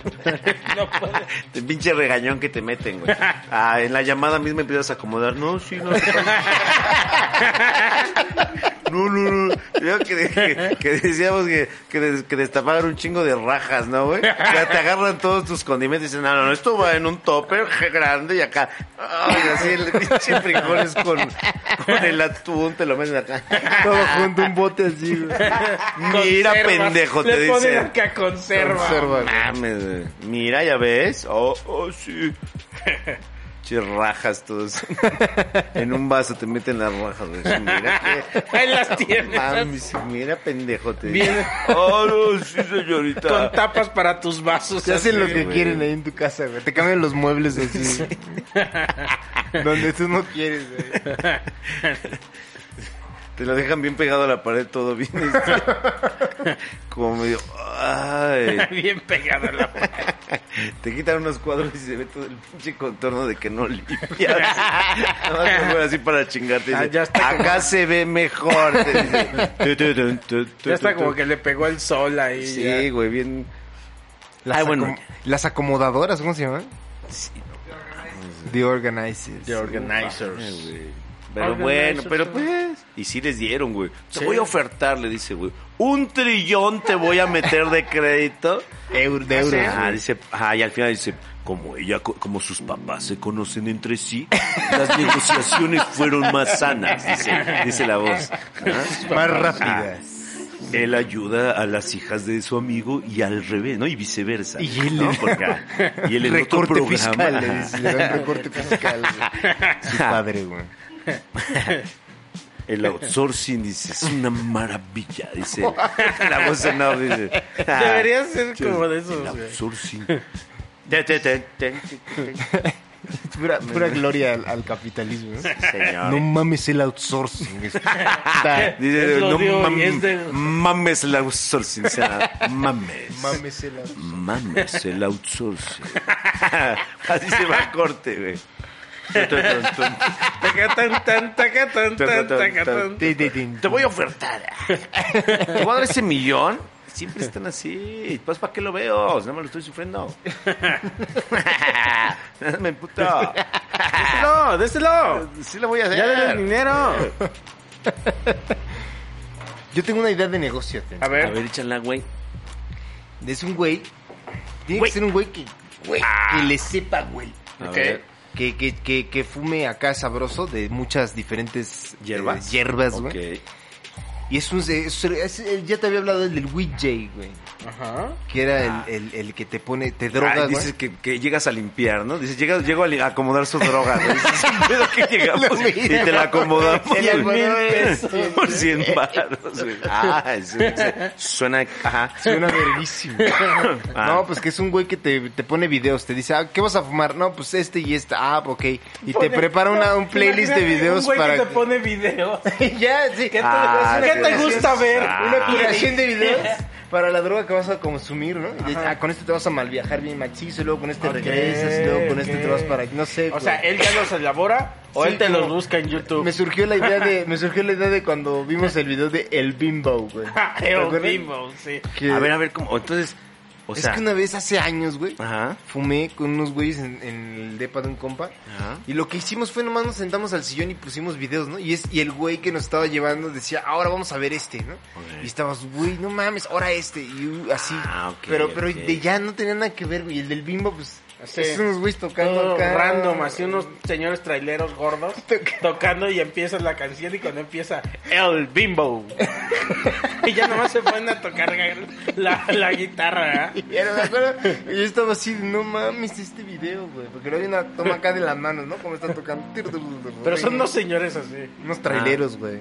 No puede.
El pinche regañón que te meten, güey. Ah, en la llamada misma empiezas a acomodar. No, sí, no. sí. No, no, no. Yo que, que- que decíamos que, que, des- que destapaban un chingo de rajas, ¿no, güey? Ya te agarran todos tus condimentos y dicen, no, no, no, esto va en un topper grande y acá. Ay, así el pinche frijoles con, con el atún te lo meten acá.
Todo junto, un bote así, güey.
Mira,
Conservas.
pendejo, te
Le ponen
dicen.
acá conserva.
Conserva, güey.
Mames, güey. mira, ya ves. Oh, oh, sí. Che, rajas todos. en un vaso te meten las rajas, güey. Mira que.
Ahí las tienes.
Mames, mira, pendejo. Te
Bien.
Oh, no, sí, señorita.
Con tapas para tus vasos.
Te hacen lo
así.
que
güey.
quieren ahí en tu casa, güey. Te cambian los muebles así. Donde tú no quieres, güey.
Te lo dejan bien pegado a la pared, todo bien. este, Como medio. Ay.
Bien pegado a la pared.
Te quitan unos cuadros y se ve todo el pinche contorno de que no limpias. Nada más te ponen así para chingarte.
Ah,
Dice,
ya está
Acá se ve mejor. Te dice. Tu, tu, tu, tu, tu,
Ya está
tu,
como
tu.
que le pegó el sol ahí.
Sí, güey, bien.
Las,
Ay, bueno.
acom- las acomodadoras, ¿cómo se llaman? The Organizers.
The organizers.
Ay, güey. Pero
Organizers,
bueno, pero
¿no?
pues. Y sí les dieron, güey. Te
Sí.
voy a ofertar, le dice, güey. Un trillón te voy a meter de crédito.
Eur- de
Ah, sí,
euros.
Ajá, dice, ajá, y al final dice, como ella, co- como sus papás se conocen entre sí, las negociaciones fueron más sanas, dice, dice la voz. Ajá.
Más rápidas.
Él ayuda a las hijas de su amigo y al revés, ¿no? Y viceversa. Y él, ¿no? Porque, ah, y él en otro
recorte
programa,
fiscal, le,
ajá.
dice, le dan recorte fiscal. güey. Su padre, güey.
El outsourcing, dice, es una maravilla, dice. La voz en off, dice. ah,
Debería ser
yo-
como de esos,
El
güey.
outsourcing. Te, te, te, te, te,
Pura, pura gloria al, al capitalismo. ¿no?
te, señor.
No mames el outsourcing. Está-
Dice,
Es lo
no
de hoy,
mam-
es de-
mames el outsourcing, será. Mames.
mames el outsourcing.
Mames el outsourcing. Así se va a corte, güey. Te
Tacatán, tan, tacatán, tan,
Tacatán,
tacatán.
Tin, tin, tin.
voy a ofertar. Te voy a dar ese millón Siempre están así. Pues, ¿para qué lo veo? No me lo estoy sufriendo. me emputo.
Déselo, déselo.
Sí lo voy a hacer.
Ya denle el dinero.
Yo tengo una idea de negocio. ten.
A ver.
A ver, échala, güey.
Es un güey. Tiene
Güey.
que ser un güey que, güey, que le sepa, güey.
A
Ok.
ver.
Que, que, que, que fume acá sabroso de muchas diferentes eh,
Hierbas.
hierbas, güey.
Ok.
Y es un. es- es- ya te había hablado del Ouija, güey.
Ajá.
Que era el, el, el que te pone. Te droga,
Ay,
güey.
dices que, que llegas a limpiar, ¿no? Dices, llegas, llego a, li- a acomodar sus drogas. güey. Dices, "Es un pedo que llegamos y te la acomodamos.
Te la
güey.
acomodamos.
Por
este.
100 baros, güey. Ah, sí, sí. Suena, ajá.
Suena verguísimo.
Ah.
No, pues que es un güey que te, te pone videos, te dice, ah, ¿qué vas a fumar? No, pues este y esta. Ah, ok. Y te prepara una, un playlist de videos para...
que te pone videos.
ya, sí.
¿Qué te,
Ah,
¿qué te
gracias.
gusta ver?
Ah.
Una curación de videos para la droga que vas a consumir, ¿no? Y dices, ah, con este te vas a malviajar bien macizo, y luego con este
Ok,
regresas, y luego con este
ok.
te vas para... No sé,
O sea,
güey.
él ya los elabora o
Sí,
él te los
como-
busca en YouTube.
Me surgió la idea de, me surgió la idea de cuando vimos el video de El Bimbo, güey.
Ja,
¿Te
el
acuerdas?
bimbo, sí.
Que-
A ver, a ver, ¿cómo? O Entonces, o sea...
es que una vez hace años, güey,
Ajá.
fumé con unos güeyes en, en el depa de un compa.
Ajá.
Y lo que hicimos fue nomás nos sentamos al sillón y pusimos videos, ¿no? Y es y el güey que nos estaba llevando decía, ahora vamos a ver este, ¿no? Y estabas, güey, no mames, ahora este. Y uh, así.
Ah, ok,
pero, pero
ok.
de ya no tenía nada que ver, güey. El del bimbo, pues,
Sí.
es unos güeyes tocando
Todo
acá.
random, así unos señores traileros gordos
Toca-
tocando y empieza la canción y cuando empieza el bimbo. y ya nomás se ponen a tocar la, la guitarra. ¿eh?
Y era, me acuerdo, y yo estaba así, no mames, este video, güey. Porque luego hay una toma acá de las manos, ¿no? Como están tocando.
Pero son unos señores así.
Unos traileros, güey.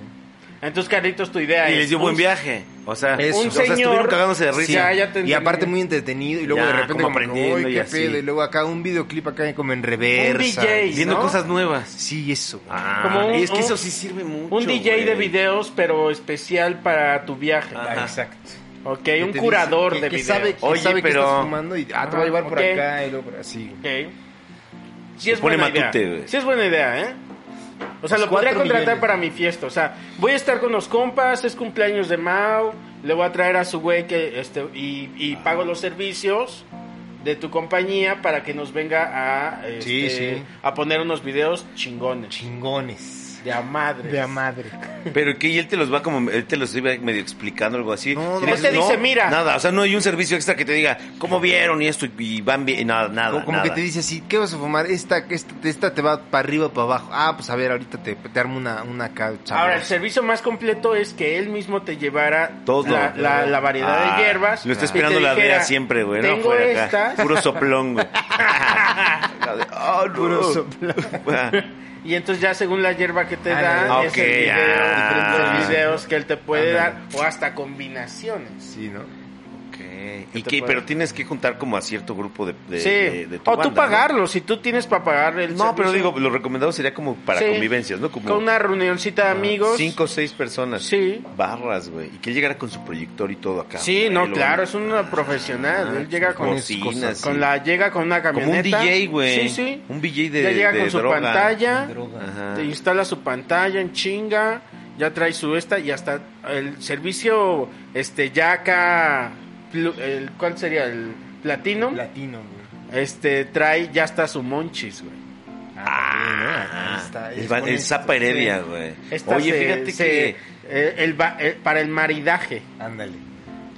Entonces, Carlitos, tu idea
Y
es...
les dio buen
un-
viaje. O sea,
Eso.
o sea, estuvieron cagándose de risa. Ah,
Ya, ya te
y
entendí.
aparte muy entretenido y luego
Ya,
de repente
como
como, que,
aprendiendo
"Uy,
y
qué
así".
pedo", y luego acá un videoclip acá como en reversa.
Un DJ,
Viendo
¿no?
cosas nuevas.
Sí, eso. güey.
Ah,
Como un-
y es que
un-
eso sí sirve mucho.
Un DJ de
güey.
videos, pero especial para tu viaje.
Ajá.
Exacto.
Ok,
Ah. Que
un
te
curador
dice que-
de
que
videos.
sabe, que
Oye,
sabe que
pero-
estás fumando y ah, te va a llevar por
Ok.
acá y luego por así. güey.
Ok. Sí es
pone
buena
matute,
idea.
güey.
Sí es buena idea, ¿eh? O sea, lo podría
cuatro
contratar
millones.
para mi fiesta. O sea, voy a estar con los compas, es cumpleaños de Mau, le voy a traer a su güey que este y, y
Ah.
pago los servicios de tu compañía para que nos venga a
Sí,
este,
sí.
a poner unos videos chingones.
Chingones.
De a madre.
De a madre.
Pero que y él te los va como, él te los iba medio explicando algo así.
No,
Y
no,
dices,
él te dice, mira.
Nada, o sea, no hay un servicio extra que te diga, ¿cómo vieron y esto? Y- Y van bien, y nada, nada.
como como que
nada.
te dice así, ¿qué vas a fumar? Esta, esta, esta te va para arriba o para abajo. Ah, pues a ver, ahorita te, te armo una, una acá, chavos.
Ahora, el servicio más completo es que él mismo te llevara
Todo.
la, la- la variedad
Ah,
de hierbas.
Lo está
y te
esperando la
dijera,
DEA siempre, güey. ¿no?
Tengo
Fuera acá.
estas. "Oh,
Puro soplón, güey. Ah, no.
Puro soplón.
Ah,
Y entonces ya según la hierba que te
Ah,
da,
ok,
es el video,
ah.
diferentes videos que él te puede
Ah,
dar, o hasta combinaciones.
Sí, ¿no?
ok.
te
Y que,
puedo-
pero tienes que juntar como a cierto grupo de, de,
sí.
de- de tu
o tú
banda, ¿no?
pagarlo, si tú tienes para pagar el
No, pero
servicio.
digo, lo recomendado sería como para
Sí.
convivencias, ¿no? Como Ah,
Con una reunioncita de amigos.
Cinco o seis personas.
Sí.
Barras, güey. Y que él llegara con su proyector y todo acá.
Sí,
güey,
no,
lo-
claro, es una profesional. él llega con,
bocinas,
esas cosas,
sí.
con la llega con una
Como un
camioneta.
DJ, güey.
Sí, sí.
Un DJ de.
ya llega
de
con su
droga.
pantalla,
Ajá.
te instala su pantalla en chinga, ya trae su esta y hasta el servicio este ya acá plu- el cuál sería el platino,
Latino, güey.
este trae ya hasta su monchis, güey.
Ah,
Ahí está,
el,
es
va-
con
el
esto,
Zapa Heredia,
sí.
güey.
este, Esta
Oye,
se-
fíjate
se-
que.
eh, el va- eh, para el maridaje.
Ándale.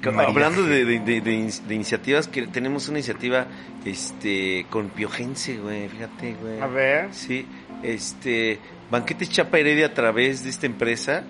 que Hablando de, de- de- de in- de iniciativas, que tenemos una iniciativa este con Piojense, güey. Fíjate, güey.
A ver.
Sí, este Banquetes Chapa Heredia a través de esta empresa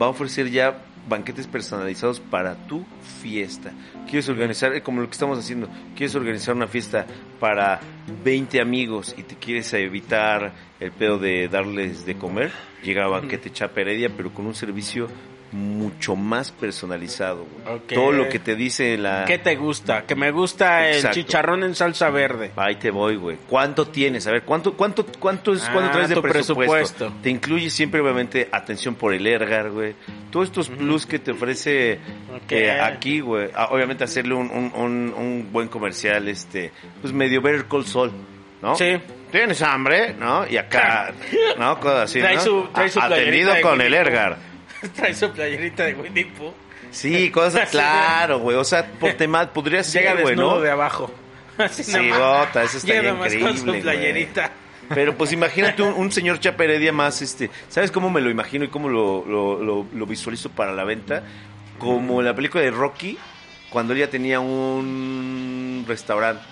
va a ofrecer ya banquetes personalizados para tu fiesta. Quieres organizar, eh, como lo que estamos haciendo, quieres organizar una fiesta para 20 amigos y te quieres evitar el pedo de darles de comer, llega a Banquete Chapa Heredia, pero con un servicio mucho más personalizado. güey.
Ok.
Todo lo que te dice la...
¿Qué te gusta? Que me gusta el
Ah. Exacto.
chicharrón en salsa verde.
Ahí te voy, güey. ¿Cuánto tienes? A ver, ¿cuánto, cuánto, cuánto es
Ah,
cuando traes de
tu
presupuesto?
presupuesto.
Te incluye siempre, obviamente, atención por el ergar, güey. Todos estos plus que te ofrece
Ok.
eh, aquí, güey. Ah, obviamente hacerle un, un, un, un buen comercial, este, pues medio ver el col sol, ¿no?
Sí.
Tienes hambre, ¿no? Y acá, ¿no? Cosas así,
Trae
¿no?
su- trae su
A-
playerita
Atendido
de
con
Winnie
el
Pooh.
ergar.
Trae su playerita de Winnie Pooh.
Sí, cosas, claro, güey. O sea, por tema, podría
Llega
ser, güey,
desnudo
¿no?
de abajo. Así
Sí,
nomás.
bota, eso estaría
Llega nomás
increíble,
con
güey.
su playerita.
Pero pues imagínate un, un señor Chaperedia más, este, ¿sabes cómo me lo imagino y cómo lo, lo- lo- lo visualizo para la venta? Como en la película de Rocky, cuando él ya tenía un restaurante.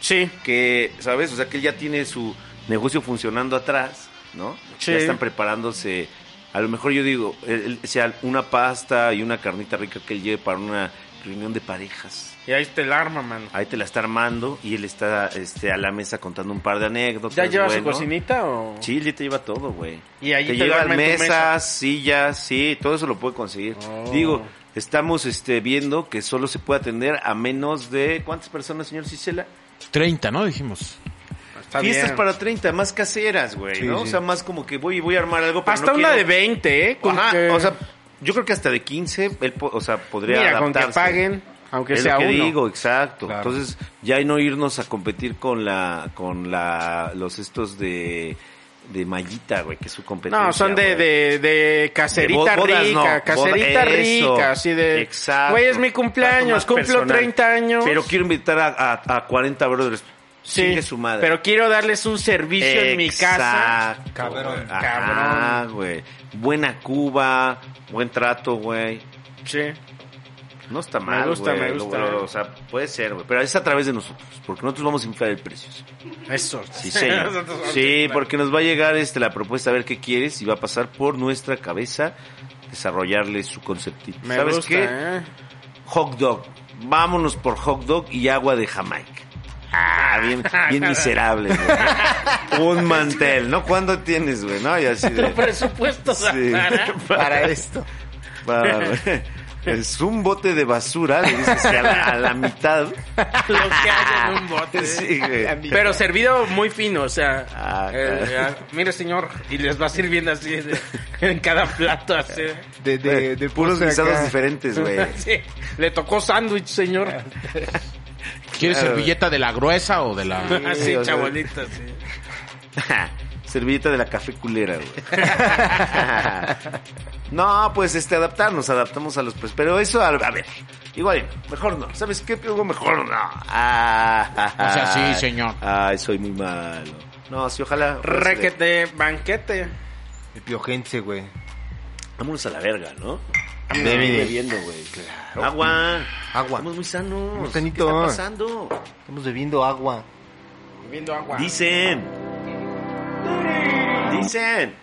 Sí.
que, ¿sabes? O sea, que él ya tiene su negocio funcionando atrás, ¿no?
Sí.
Ya están preparándose. A lo mejor yo digo, él- él- sea una pasta y una carnita rica que él lleve para una reunión de parejas.
Y ahí está el arma, mano.
Ahí te la está armando y él está este, a la mesa contando un par de anécdotas.
¿Ya lleva su
bueno.
cocinita o...?
Sí, él ya te lleva todo, güey.
Y ahí
te,
te lo
lleva
arma en tu
mesas,
mesa.
sillas, sí, todo eso lo puede conseguir.
Oh.
Digo, estamos este, viendo que solo se puede atender a menos de... ¿Cuántas personas, señor Cicela?
30, ¿no? Dijimos.
Está
Fiestas
bien.
para 30, más caseras, güey,
Sí,
¿no? O
sí.
sea, más como que voy y voy a armar algo para
Hasta una de 20, ¿eh? Con
Ajá,
que-
o sea, yo creo que hasta de 15, él, po- o sea, podría
mira, con
adaptarse.
que paguen, aunque
es
sea
lo que
uno.
digo, exacto.
Claro.
Entonces, ya no irnos a competir con la con la los estos de de mallita, güey, que es su competencia.
No, son de,
güey.
de, de caserita
De bo- bodas,
rica,
no.
caserita
Boda- eso.
rica, así de...
Exacto.
Güey, es mi
Trato
cumpleaños,
más
cumplo
personal.
30 años.
Pero quiero invitar a, a, a 40 brothers.
Sí,
Chingue su madre.
Pero quiero darles un servicio en mi casa.
Exacto,
Cabrón.
güey. Ajá, güey. Buena Cuba, buen trato, güey.
Sí.
No está mal,
gusta,
güey.
me
Lo-
gusta.
lo- o sea, puede ser, güey. Pero es a través de nosotros, porque nosotros vamos a inflar el precio.
Eso.
Sí, señor.
Nosotros vamos a
sí,
inflar.
porque nos va a llegar este, la propuesta a ver qué quieres y va a pasar por nuestra cabeza desarrollarle su conceptito.
Me
¿Sabes
gusta,
qué?
¿eh?
Hot dog. Vámonos por hot dog y agua de Jamaica. Ah, bien, bien miserable, güey. Un mantel, ¿no? ¿Cuándo tienes, güey? No, y así de...
Presupuesto,
Sí.
Sara.
Para esto.
Para- es un bote de basura, le dices que a la, a la mitad.
Lo que hay en un bote.
Sí, güey.
Pero servido muy fino, o sea,
Ah,
eh,
claro.
ah, mire señor, y les va sirviendo así de- en cada plato, así.
De, de, de
Eh, puros
postre
guisados
acá.
diferentes, Pues, güey.
Sí, le tocó sándwich, señor.
¿Quieres
Claro.
servilleta de la gruesa o de la...?
Así,
o sea. pues,
chabolita, sí.
Servilleta de la café culera, güey. no, pues este, adaptarnos, adaptamos a los precios. Pero eso, a, a ver, igual, no, mejor no. ¿Sabes qué, Hugo? Mejor no. Ah,
O sea, sí, señor.
Ay, soy muy malo. No, sí, ojalá. Este, ojalá se dé.
Requete, banquete.
El piojense, güey.
Vámonos a la verga, ¿no?
Sí.
bebiendo, güey. Claro. Agua.
Agua.
Estamos muy sanos.
Muy
¿Qué
sanito.
está pasando?
Estamos bebiendo agua.
Bebiendo agua.
Dicen. Dicen.